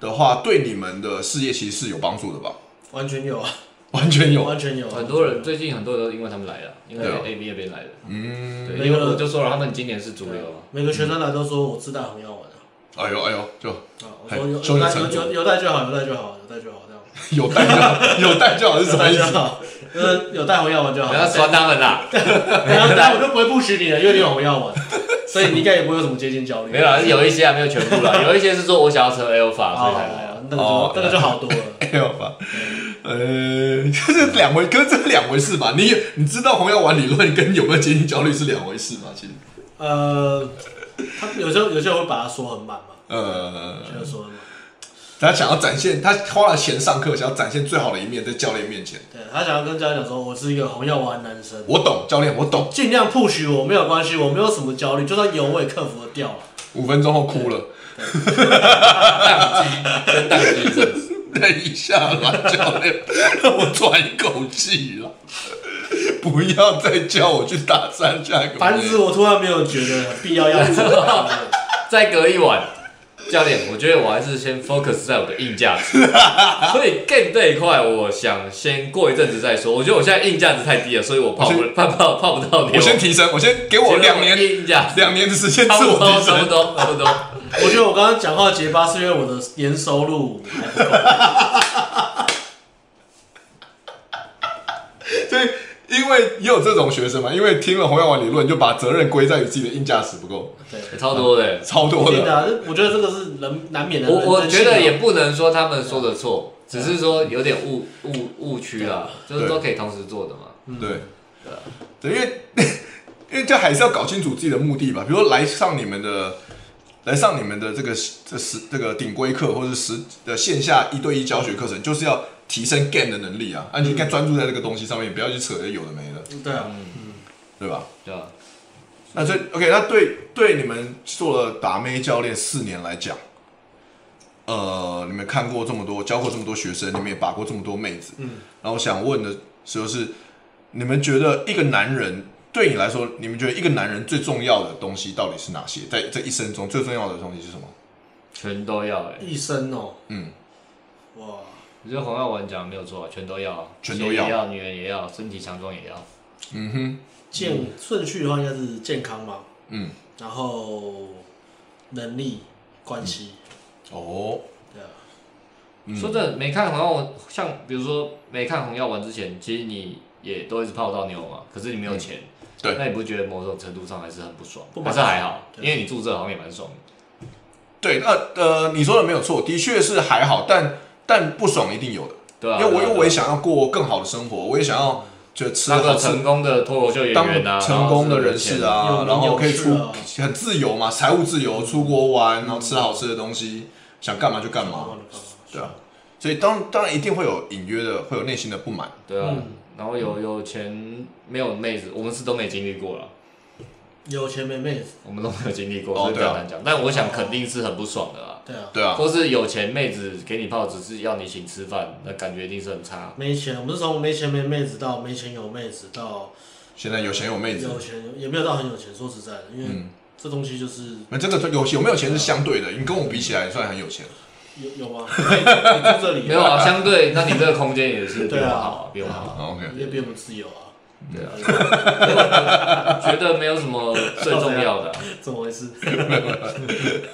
Speaker 1: 的话，对你们的事业其实是有帮助的吧？
Speaker 3: 完全有啊，
Speaker 1: 完全有。
Speaker 3: 完全有啊，
Speaker 4: 很多人最近很多人都因为他们来了，因为
Speaker 1: 对啊
Speaker 4: A B 那边来的，
Speaker 1: 嗯，
Speaker 4: 对，
Speaker 3: 那个
Speaker 4: 因为我就说了，他们今年是主
Speaker 3: 对
Speaker 4: 流
Speaker 3: 啊
Speaker 4: 啊。
Speaker 3: 每个学生来都说我自带红药丸啊，
Speaker 1: 哎呦哎呦，就
Speaker 3: 啊，我
Speaker 1: 嘿
Speaker 3: 说有
Speaker 1: 胸
Speaker 3: 有
Speaker 1: 有
Speaker 3: 带
Speaker 1: 哎成
Speaker 3: 有
Speaker 1: 果
Speaker 3: 有有带就好，有带就好，有带就好这样。
Speaker 1: [LAUGHS] 有带就好，有带就好是什
Speaker 3: 有
Speaker 1: 么
Speaker 3: 带
Speaker 1: 意
Speaker 3: 就
Speaker 1: 思？
Speaker 3: 好，呃，有带红药丸就好。
Speaker 4: 不要啊酸他们啦， [LAUGHS]
Speaker 3: 然后但我就不会不许你了，因为你有红药丸，所以你应该也不会有什么接近焦虑。
Speaker 4: 没有啦，啊是有一些还没有全
Speaker 1: [LAUGHS]
Speaker 4: 部啦，有一些是说我想要成 alpha 所以才来啊。
Speaker 3: 哦，那个就那个就好多了。
Speaker 1: 哎呦吧，呃，这两回，跟这两回事吧。你有你知道红药丸理论跟有没有接近焦虑是两回事嘛？其实，
Speaker 3: 呃，他有时候有些人会把它说很满嘛，
Speaker 1: 呃
Speaker 3: 有，些人说很满，
Speaker 1: 他想要展现，他花了钱上课，想要展现最好的一面在教练面前。
Speaker 3: 对他想要跟教练讲说，我是一个红药丸男生，
Speaker 1: 我懂，教练，我懂。
Speaker 3: 尽量 push 我没有关系，我没有什么焦虑，就算有我也克服得掉了。
Speaker 1: 五分钟后哭了，
Speaker 4: 跟当地政治
Speaker 1: 等一下啦，教练，让我喘一口气啦。不要再叫我去打三下个。
Speaker 3: 反子，我突然没有觉得必要要做。
Speaker 4: 再隔一晚，教练，我觉得我还是先 focus 在我的硬
Speaker 1: [LAUGHS]
Speaker 4: 价值，所以 game 这一块，我想先过一阵子再说。我觉得我现在硬价值太低了，所以我泡不泡泡泡不到你。
Speaker 1: 我先提升，我先给我两年
Speaker 4: 硬价值，
Speaker 1: 两年的时间
Speaker 4: 差
Speaker 1: 自
Speaker 4: 不
Speaker 1: 我
Speaker 4: 多
Speaker 1: 提
Speaker 4: 差不
Speaker 1: 升。
Speaker 4: 多差不多。
Speaker 3: 我觉得我刚刚讲话结巴是因为我的年收入还不够。
Speaker 1: 所以，因为也有这种学生嘛，因为听了红药丸理论，就把责任归在于自己的硬价值不够，
Speaker 3: 对，
Speaker 4: 超多的。
Speaker 1: 超多
Speaker 3: 真
Speaker 1: 的。
Speaker 3: 的啊，我觉得这个是人难免的。
Speaker 4: 我我
Speaker 3: 人
Speaker 4: 觉
Speaker 3: 性啊
Speaker 4: 得也不能说他们说的错，只
Speaker 1: 啊
Speaker 4: 是说有点误误误区啦，就是都可以同时做的嘛。
Speaker 1: 对，对，因为 [LAUGHS] 因为这还是要搞清楚自己的目的吧。比如说来上你们的，来上你们的这个这十这个顶规课，或者十的线下一对一教学课程，就是要提升 gain 的能力啊，啊，你就应该专注在这个东西上面，不要去扯这有的没的，
Speaker 3: 对啊，
Speaker 1: 对吧？
Speaker 4: 对啊吧？
Speaker 1: 那所以 OK，那对对你们做了打妹教练四年来讲，呃，你们看过这么多，教过这么多学生，你们也把过这么多妹子，嗯，然后我想问的就是，你们觉得一个男人对你来说，你们觉得一个男人最重要的东西到底是哪些？在这一生中最重要的东西是什么？
Speaker 4: 全都要哎、欸，
Speaker 3: 一生哦，
Speaker 1: 嗯，
Speaker 3: 哇，
Speaker 4: 我觉得黄耀文讲的没有错啊，全都要啊，
Speaker 1: 全都要
Speaker 4: 钱也要，女人也要，身体强壮也要，
Speaker 1: 嗯哼，
Speaker 3: 健顺序的话应该是健康吧，
Speaker 1: 嗯，
Speaker 3: 然后能力、关系，
Speaker 1: 哦，
Speaker 3: 对啊，
Speaker 1: 嗯
Speaker 4: 说真的，没看红药丸，像比如说没看红药丸之前，其实你也都一直泡到妞嘛，可是你没有钱，
Speaker 1: 嗯对
Speaker 4: 那你不觉得某种程度上还是很不爽？
Speaker 3: 不
Speaker 4: 还
Speaker 3: 满
Speaker 4: 是还好，
Speaker 3: 对
Speaker 4: 因为你住这好像也蛮爽的。
Speaker 1: 对，那呃，你说的没有错，的确是还好，但但不爽一定有的，
Speaker 4: 对啊，
Speaker 1: 因为我
Speaker 4: 对啊
Speaker 1: 因为我也，
Speaker 4: 对啊
Speaker 1: 想要过更好的生活，我也想要就吃
Speaker 4: 当
Speaker 1: 好
Speaker 4: 个
Speaker 1: 吃
Speaker 4: 成功的脱口秀演
Speaker 1: 当
Speaker 4: 员啊，
Speaker 1: 成功的人士
Speaker 4: 然后
Speaker 1: 啊，
Speaker 3: 有名
Speaker 1: 然后可以
Speaker 3: 有
Speaker 1: 出
Speaker 3: 势啊
Speaker 1: 很自由嘛，财务自由，出国玩，然后吃好吃的东
Speaker 4: 嗯
Speaker 1: 西，想干嘛就干嘛。对啊，所以当当然一定会有隐约的，会有内心的不满。
Speaker 4: 有钱，对啊
Speaker 3: 嗯，
Speaker 4: 然后有有钱没有妹子，我们是都没经历过了，
Speaker 3: 有钱没妹子，
Speaker 4: 我们都没有经历过，
Speaker 1: 哦
Speaker 4: 所以比较
Speaker 1: 对啊
Speaker 4: 难讲。但我想肯定是很不爽的啦，
Speaker 3: 对啊，
Speaker 1: 对啊，
Speaker 4: 或是有钱妹子给你泡，只是要你请吃饭，那感觉一定是很差。
Speaker 3: 没钱，我们是从没钱没妹子到没钱有妹子到
Speaker 1: 现在有钱有妹子，
Speaker 3: 有钱，也没有到很有钱。说实在的，因为
Speaker 1: 嗯，
Speaker 3: 这东西就是
Speaker 1: 那这个有有没有钱是相对的，你跟我比起来算很有钱。
Speaker 3: 有有吗？你住这
Speaker 1: 嗯
Speaker 3: 里
Speaker 4: 没有啊， [LAUGHS] 相对，那你这个空间也是比
Speaker 3: 对
Speaker 4: 我
Speaker 3: 啊
Speaker 1: [LAUGHS]
Speaker 4: 好啊，比我好啊。
Speaker 1: OK，
Speaker 3: 也比我们自由啊，
Speaker 4: 对啊，觉得没有什么最重
Speaker 1: [LAUGHS]
Speaker 4: 要的啊、
Speaker 3: 怎么回事？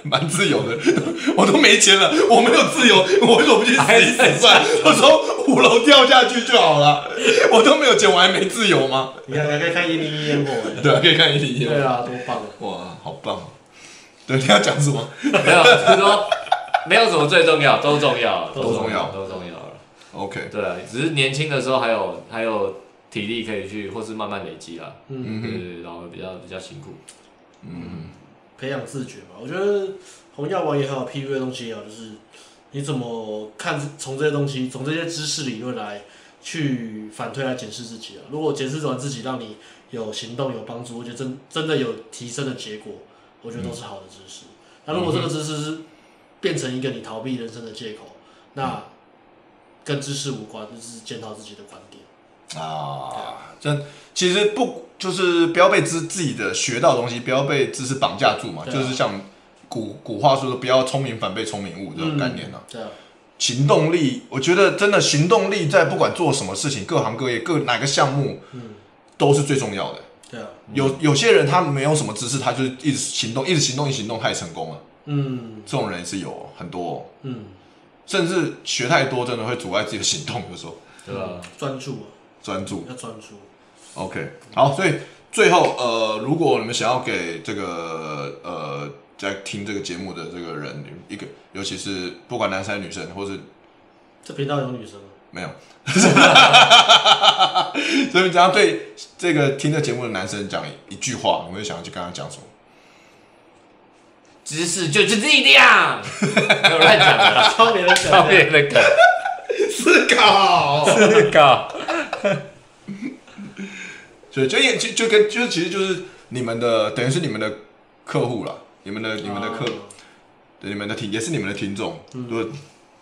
Speaker 1: 蛮自由的， [LAUGHS] 我都没钱了，我没有自由， [LAUGHS] 我为什么不去死一死算？我从五楼掉下去就好了， [LAUGHS] 我都没有钱，我还没自由吗？
Speaker 3: 你看，还可以看一零一烟火欸，
Speaker 1: 对啊，可以看一零一吗
Speaker 3: 对啊，多棒啊！
Speaker 1: 哇，好棒哦！对，你要讲什么？
Speaker 4: 没有，就是说没有什么最重要，都重要，
Speaker 3: 都
Speaker 1: 重要
Speaker 4: 都重要了。
Speaker 1: OK，
Speaker 4: 对啊，只是年轻的时候还有还有体力可以去，或是慢慢累积啦。
Speaker 3: 嗯，
Speaker 1: 嗯
Speaker 4: 对
Speaker 1: 哼，
Speaker 4: 对，对然后比较比较辛苦。
Speaker 3: 培养自觉嘛，我觉得红药丸也好，PV 的东西也好，就是你怎么看从这些东西，从这些知识理论来去反推来检视自己啊。如果检视完自己，让你有行动有帮助，我觉得真真的有提升的结果，我觉得都是好的知识。那如果这个知识是变成一个你逃避人生的借口，那跟知识无关，就是检讨自己的观点。
Speaker 1: 啊，真其实不就是不要被自自己的学到的东西，不要被知识绑架住嘛，
Speaker 3: 对啊
Speaker 1: 就是像古古话说的，不要聪明反被聪明误这种概念啊。
Speaker 3: 对啊，
Speaker 1: 行动力，我觉得真的行动力在不管做什么事情，各行各业各哪个项目
Speaker 3: 嗯，
Speaker 1: 都是最重要的。
Speaker 3: 对啊，
Speaker 1: 有有些人他没有什么知识，他就是一直行动，一直行动，一直行动，太成功了。
Speaker 3: 嗯
Speaker 1: 这种人也是有哦很多哦、
Speaker 3: 嗯，
Speaker 1: 甚至学太多真的会阻碍自己的行动，有时候
Speaker 4: 对啊，
Speaker 3: 专注啊，
Speaker 1: 专注。
Speaker 3: 要专注。
Speaker 1: OK，好，所以最后呃，如果你们想要给这个呃在听这个节目的这个人一个，尤其是不管男生女生，或是
Speaker 3: 这频道有女生吗？
Speaker 1: 没有， [LAUGHS] 所以你只要对这个听这节目的男生讲一句话，你会想要去跟他讲什么？
Speaker 4: 知识就是力量，没有乱讲的啦，
Speaker 3: 超别人讲
Speaker 2: 上
Speaker 3: 的，
Speaker 2: 面那个
Speaker 1: 思考。
Speaker 2: 那个，
Speaker 1: 所以就也就就跟就是其实就是你们的等于是你们的客户啦，你们的你们的客、
Speaker 3: 啊
Speaker 1: 对你们的听也是你们的听众，如果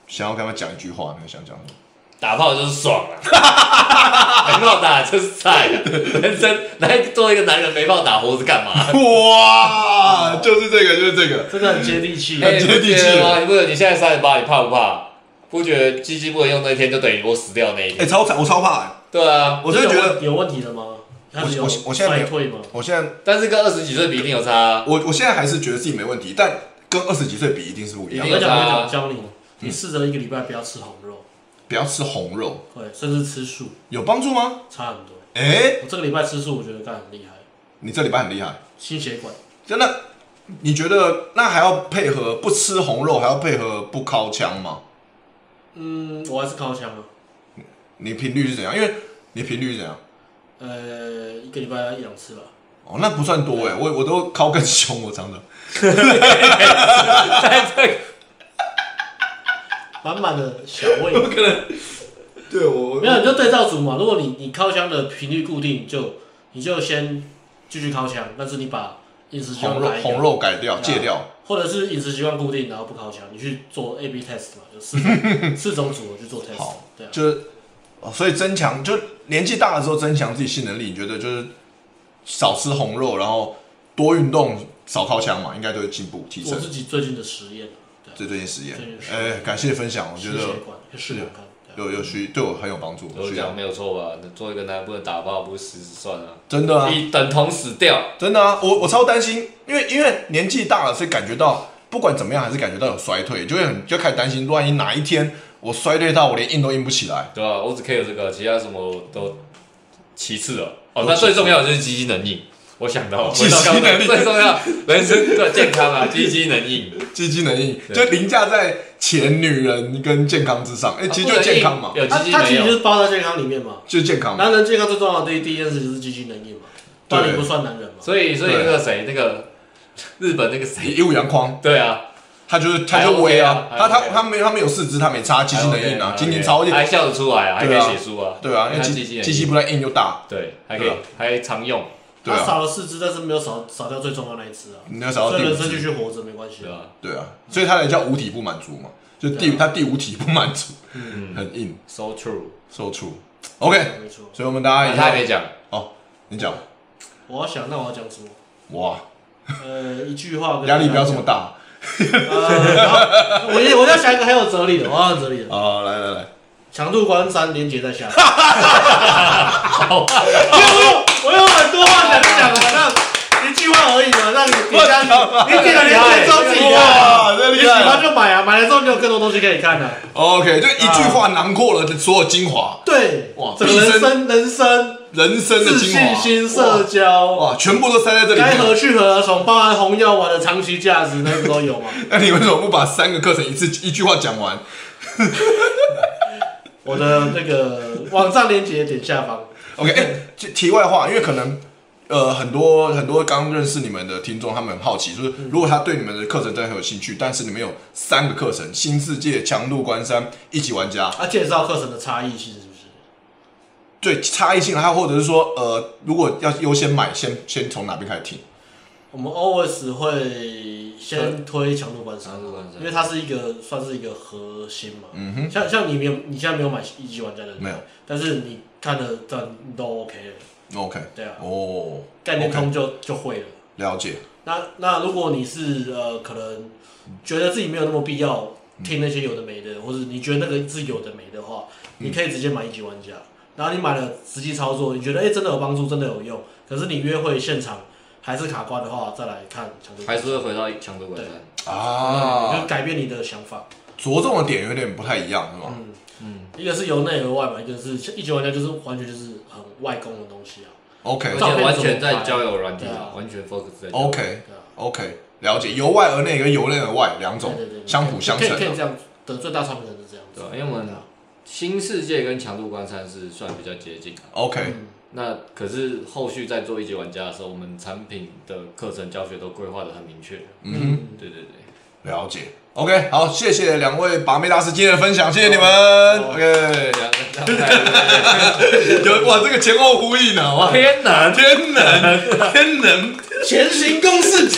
Speaker 1: 想要跟他们讲一句话，你们想讲什么？
Speaker 4: 打炮就是爽啊，没炮打就是菜、啊，人生来做一个男人没炮打活是干嘛？ [LAUGHS]
Speaker 1: 哇，就是这个，就是这个，
Speaker 3: 真的很接地气。
Speaker 4: 哎，你
Speaker 1: 接
Speaker 4: 不
Speaker 1: 地
Speaker 4: 觉
Speaker 1: 气
Speaker 4: 得吗？你不觉得你现在三十八，你怕不怕？不觉得鸡鸡不能用那一天，就等于我死掉那一
Speaker 1: 哎、
Speaker 4: 天？
Speaker 1: 超惨，我超怕、欸，
Speaker 4: [LAUGHS] 对啊，
Speaker 1: 我真的觉得，
Speaker 3: 有问题了吗？他是有
Speaker 1: 我我现在没
Speaker 3: 衰
Speaker 1: 有
Speaker 3: 退吗？
Speaker 1: 我现在
Speaker 4: 但是跟二十几岁比一定有差 [LAUGHS] 啊。
Speaker 1: 我我现在还是觉得自己没问题，但跟二十几岁比一定是不一
Speaker 4: 一
Speaker 1: 样
Speaker 4: 定
Speaker 1: 的。
Speaker 3: 我
Speaker 4: 有
Speaker 3: 讲
Speaker 4: 差
Speaker 3: 我
Speaker 4: 啊
Speaker 3: 讲教你，
Speaker 1: 嗯
Speaker 3: 你试着一个礼拜不要吃红肉，
Speaker 1: 不要吃红肉，
Speaker 3: 对，甚至吃素，
Speaker 1: 有帮助吗？
Speaker 3: 差很多。
Speaker 1: 哎、
Speaker 3: 我这个礼拜吃素，我觉得干很厉害，
Speaker 1: 你这礼拜很厉害，
Speaker 3: 心血管
Speaker 1: 真的。你觉得那还要配合不吃红肉，还要配合不靠枪吗？
Speaker 3: 嗯，我还是靠枪啊，
Speaker 1: 你频率是怎样？因为你频率是怎样？
Speaker 3: 呃，一个礼拜一两次吧。
Speaker 1: 哦，那不算多哎，我我都 [LAUGHS] 靠更凶，我真的。
Speaker 3: 满满的小胃，
Speaker 1: [LAUGHS] 可能对我
Speaker 3: 没有，你就对照组嘛。如果你你靠枪的频率固定，就你就先继续靠枪，但是你把饮食习惯
Speaker 1: 红肉
Speaker 3: 改一改
Speaker 1: 红肉改掉
Speaker 3: 对啊
Speaker 1: 戒掉，
Speaker 3: 或者是饮食习惯固定，然后不靠枪，你去做 A B test 嘛，就四种四种组合去做 test
Speaker 1: 好。
Speaker 3: 对啊，
Speaker 1: 就是哦所以增强就年纪大了之后增强自己性能力，你觉得就是少吃红肉，然后多运动，少靠枪嘛，应该都会进步提
Speaker 3: 我
Speaker 1: 升。
Speaker 3: 自己最近的实验，对啊，
Speaker 1: 这最近实验
Speaker 3: 最近，实验
Speaker 1: 哎，感谢分享，我觉
Speaker 3: 心血
Speaker 1: 得
Speaker 3: 管去试看看。对啊
Speaker 1: 有有需对我很有帮助，
Speaker 4: 我
Speaker 1: 需
Speaker 4: 讲
Speaker 1: 要
Speaker 4: 没有错吧？做一个男不能打炮，不是死死算了，
Speaker 1: 真的啊，
Speaker 4: 你等同死掉。
Speaker 1: 真的啊，我我超担心，因为因为年纪大了，所以感觉到不管怎么样还是感觉到有衰退，就会很就开始担心，万一哪一天我衰退到我连硬都硬不起来，
Speaker 4: 对啊，我只 care 这个，其他什么都其次了。哦，
Speaker 1: 都
Speaker 4: 那
Speaker 1: 其
Speaker 4: 最重要的就是积极能硬。我想到了，
Speaker 1: 积极
Speaker 4: 回到刚刚
Speaker 1: 能硬
Speaker 4: 最重要，人生对健
Speaker 1: [LAUGHS]
Speaker 4: 康啊，积极能硬。
Speaker 1: 积极能硬就
Speaker 4: 对
Speaker 1: 凌驾在钱、女人跟健康之上，哎、其实
Speaker 4: 啊
Speaker 1: 就健康嘛
Speaker 4: 不，能硬有
Speaker 3: 它
Speaker 4: 积极
Speaker 3: 它
Speaker 4: 没
Speaker 3: 其实就
Speaker 4: 有。
Speaker 3: 是包在健康里面嘛。
Speaker 1: 就健康嘛，
Speaker 3: 男人健康最重要的第一第一件事就是积极能力嘛，不然你不算男人嘛。
Speaker 4: 所以，所以
Speaker 1: 对
Speaker 4: 那个谁，那个日本那个谁，
Speaker 1: 一五阳光，
Speaker 4: 对啊，
Speaker 1: 他就是他
Speaker 4: 还
Speaker 1: 就
Speaker 4: OK
Speaker 1: 威
Speaker 4: 啊
Speaker 1: 他他
Speaker 4: 还 OK
Speaker 1: 他没他没有四肢，他没差，积极能硬啊，今年超硬，
Speaker 4: 哦还笑得出来啊，还可
Speaker 1: 对
Speaker 4: 以
Speaker 1: 啊
Speaker 4: 写书啊，
Speaker 1: 对啊，因为
Speaker 4: 他
Speaker 1: 积
Speaker 4: 积极能
Speaker 1: 积极
Speaker 4: 硬，
Speaker 1: 不但硬又大，
Speaker 4: 对，还可以
Speaker 1: 对啊，
Speaker 4: 还常用，
Speaker 1: 对
Speaker 3: 他
Speaker 1: 啊，
Speaker 3: 少了四肢，但是没有少少掉最重要那一只啊。
Speaker 1: 你要找到
Speaker 3: 所以
Speaker 1: 第五
Speaker 3: 人生继
Speaker 1: 肢，
Speaker 3: 续活着没关系
Speaker 4: 对。吧？
Speaker 1: 对啊，所以他才叫五体不满足嘛，就第
Speaker 3: 对啊
Speaker 1: 他第五体不满足，
Speaker 4: 嗯
Speaker 1: [LAUGHS] 很硬。
Speaker 4: ，so true。
Speaker 1: 受处。OK，
Speaker 3: 没错。
Speaker 1: 所以我们大家
Speaker 4: 那他还没
Speaker 1: 以后哦
Speaker 4: 讲，
Speaker 1: 你讲
Speaker 3: 我要想，那我要讲什么？
Speaker 1: 哇，
Speaker 3: 呃，一句话跟
Speaker 1: 压力不要这么大
Speaker 3: 大家讲。呃然后我也我要想一个很有哲理的，我要很哲理的。
Speaker 1: 啊！来来来，
Speaker 3: 强度关山连接在下面。好，我有我有很多话想讲啊，那一句话而已嘛，让你底下你你点了连接之后自己看啊。
Speaker 1: 哇，这
Speaker 3: 你
Speaker 1: 厉
Speaker 3: 喜欢
Speaker 1: 害
Speaker 3: 就买啊，买了之后你有更多东西可以看啊。
Speaker 1: ！OK，就一句
Speaker 4: 啊
Speaker 1: 话囊括了所有精华，
Speaker 3: 对，
Speaker 1: 哇
Speaker 3: 整个人生、人生、
Speaker 1: 人生的
Speaker 3: 自
Speaker 1: 精
Speaker 3: 信心、
Speaker 1: 华
Speaker 3: 社交，
Speaker 1: 哇，哇，全部都塞在这里
Speaker 3: 该何
Speaker 1: 面。
Speaker 3: 去何从，包含红药丸的长期价值，那个都有嘛。
Speaker 1: [LAUGHS] 那你为什么不把三个课程一次一句话讲完？
Speaker 3: 我的那个网站链接点下方，
Speaker 1: OK，哎、题题外话，因为可能呃很多很多刚认识你们的听众，他们很好奇，就是如果他对你们的课程真的很有兴趣，但是你们有三个课程：新世界、强度关山、一级玩家，
Speaker 3: 啊，介绍课程的差异性是不是？
Speaker 1: 对差异性，还有或者是说呃，如果要优先买，先先从哪边开始听？
Speaker 3: 我们 always 会先推强度关山
Speaker 4: 强度关，山
Speaker 3: 因为它是一个算是一个核心嘛。
Speaker 1: 嗯哼，
Speaker 3: 像像你没有，你现在没有买一级玩家的，
Speaker 1: 没有，
Speaker 3: 但是你看的这样你都 OK 了，
Speaker 1: ，OK，
Speaker 3: 对啊，
Speaker 1: 哦，
Speaker 3: 概念
Speaker 1: OK，
Speaker 3: 通就就会了。
Speaker 1: 了解，
Speaker 3: 那那如果你是呃，可能觉得自己没有那么必要听那些有的没
Speaker 1: 嗯
Speaker 3: 的，或者你觉得那个是有的没的话，你可以直接买一级玩家。然后你买了实际操作，你觉得哎、诶真的有帮助，真的有用。可是你约会现场还是卡关的话，再来看强度
Speaker 4: 还是会回到强度关山。
Speaker 3: 啊，
Speaker 1: 啊
Speaker 3: 就，改变你的想法。
Speaker 1: 着重的点有点不太一样，是吗？
Speaker 3: 嗯嗯，一个是由内而外嘛，一个是一级玩家就是完全就是很外功的东西啊。
Speaker 1: OK，
Speaker 4: 而
Speaker 3: 照
Speaker 4: 且
Speaker 3: 片
Speaker 4: 完
Speaker 3: 怎么
Speaker 4: 全在
Speaker 3: 拍
Speaker 4: 交友软体
Speaker 3: 对
Speaker 4: 上
Speaker 3: 啊，
Speaker 4: 完全 focus 在交友。
Speaker 1: OK，OK，、
Speaker 3: 对啊，
Speaker 1: 了解，由外而内跟由内而外两种
Speaker 3: 对对对，
Speaker 1: 相辅相
Speaker 3: 可以
Speaker 1: 成啊
Speaker 3: 可以可以这样的最大差别就是这样子
Speaker 4: 对。啊，因为我们新世界跟强度关山是算比较接近的。
Speaker 1: ，OK，、
Speaker 4: 那可是后续在做一级玩家的时候，我们产品的课程教学都规划的很明确。
Speaker 1: 嗯
Speaker 4: 对对对，
Speaker 1: 哼，了解。OK，好，谢谢两位把妹大师今天的分享，谢谢你们。
Speaker 3: 哦
Speaker 1: OK，
Speaker 4: 这样
Speaker 3: [LAUGHS]
Speaker 4: 这样这样太
Speaker 1: 有哇，这个前后呼应啊，哇，
Speaker 4: 天哪！
Speaker 1: 天能，天能，
Speaker 3: 前行公式，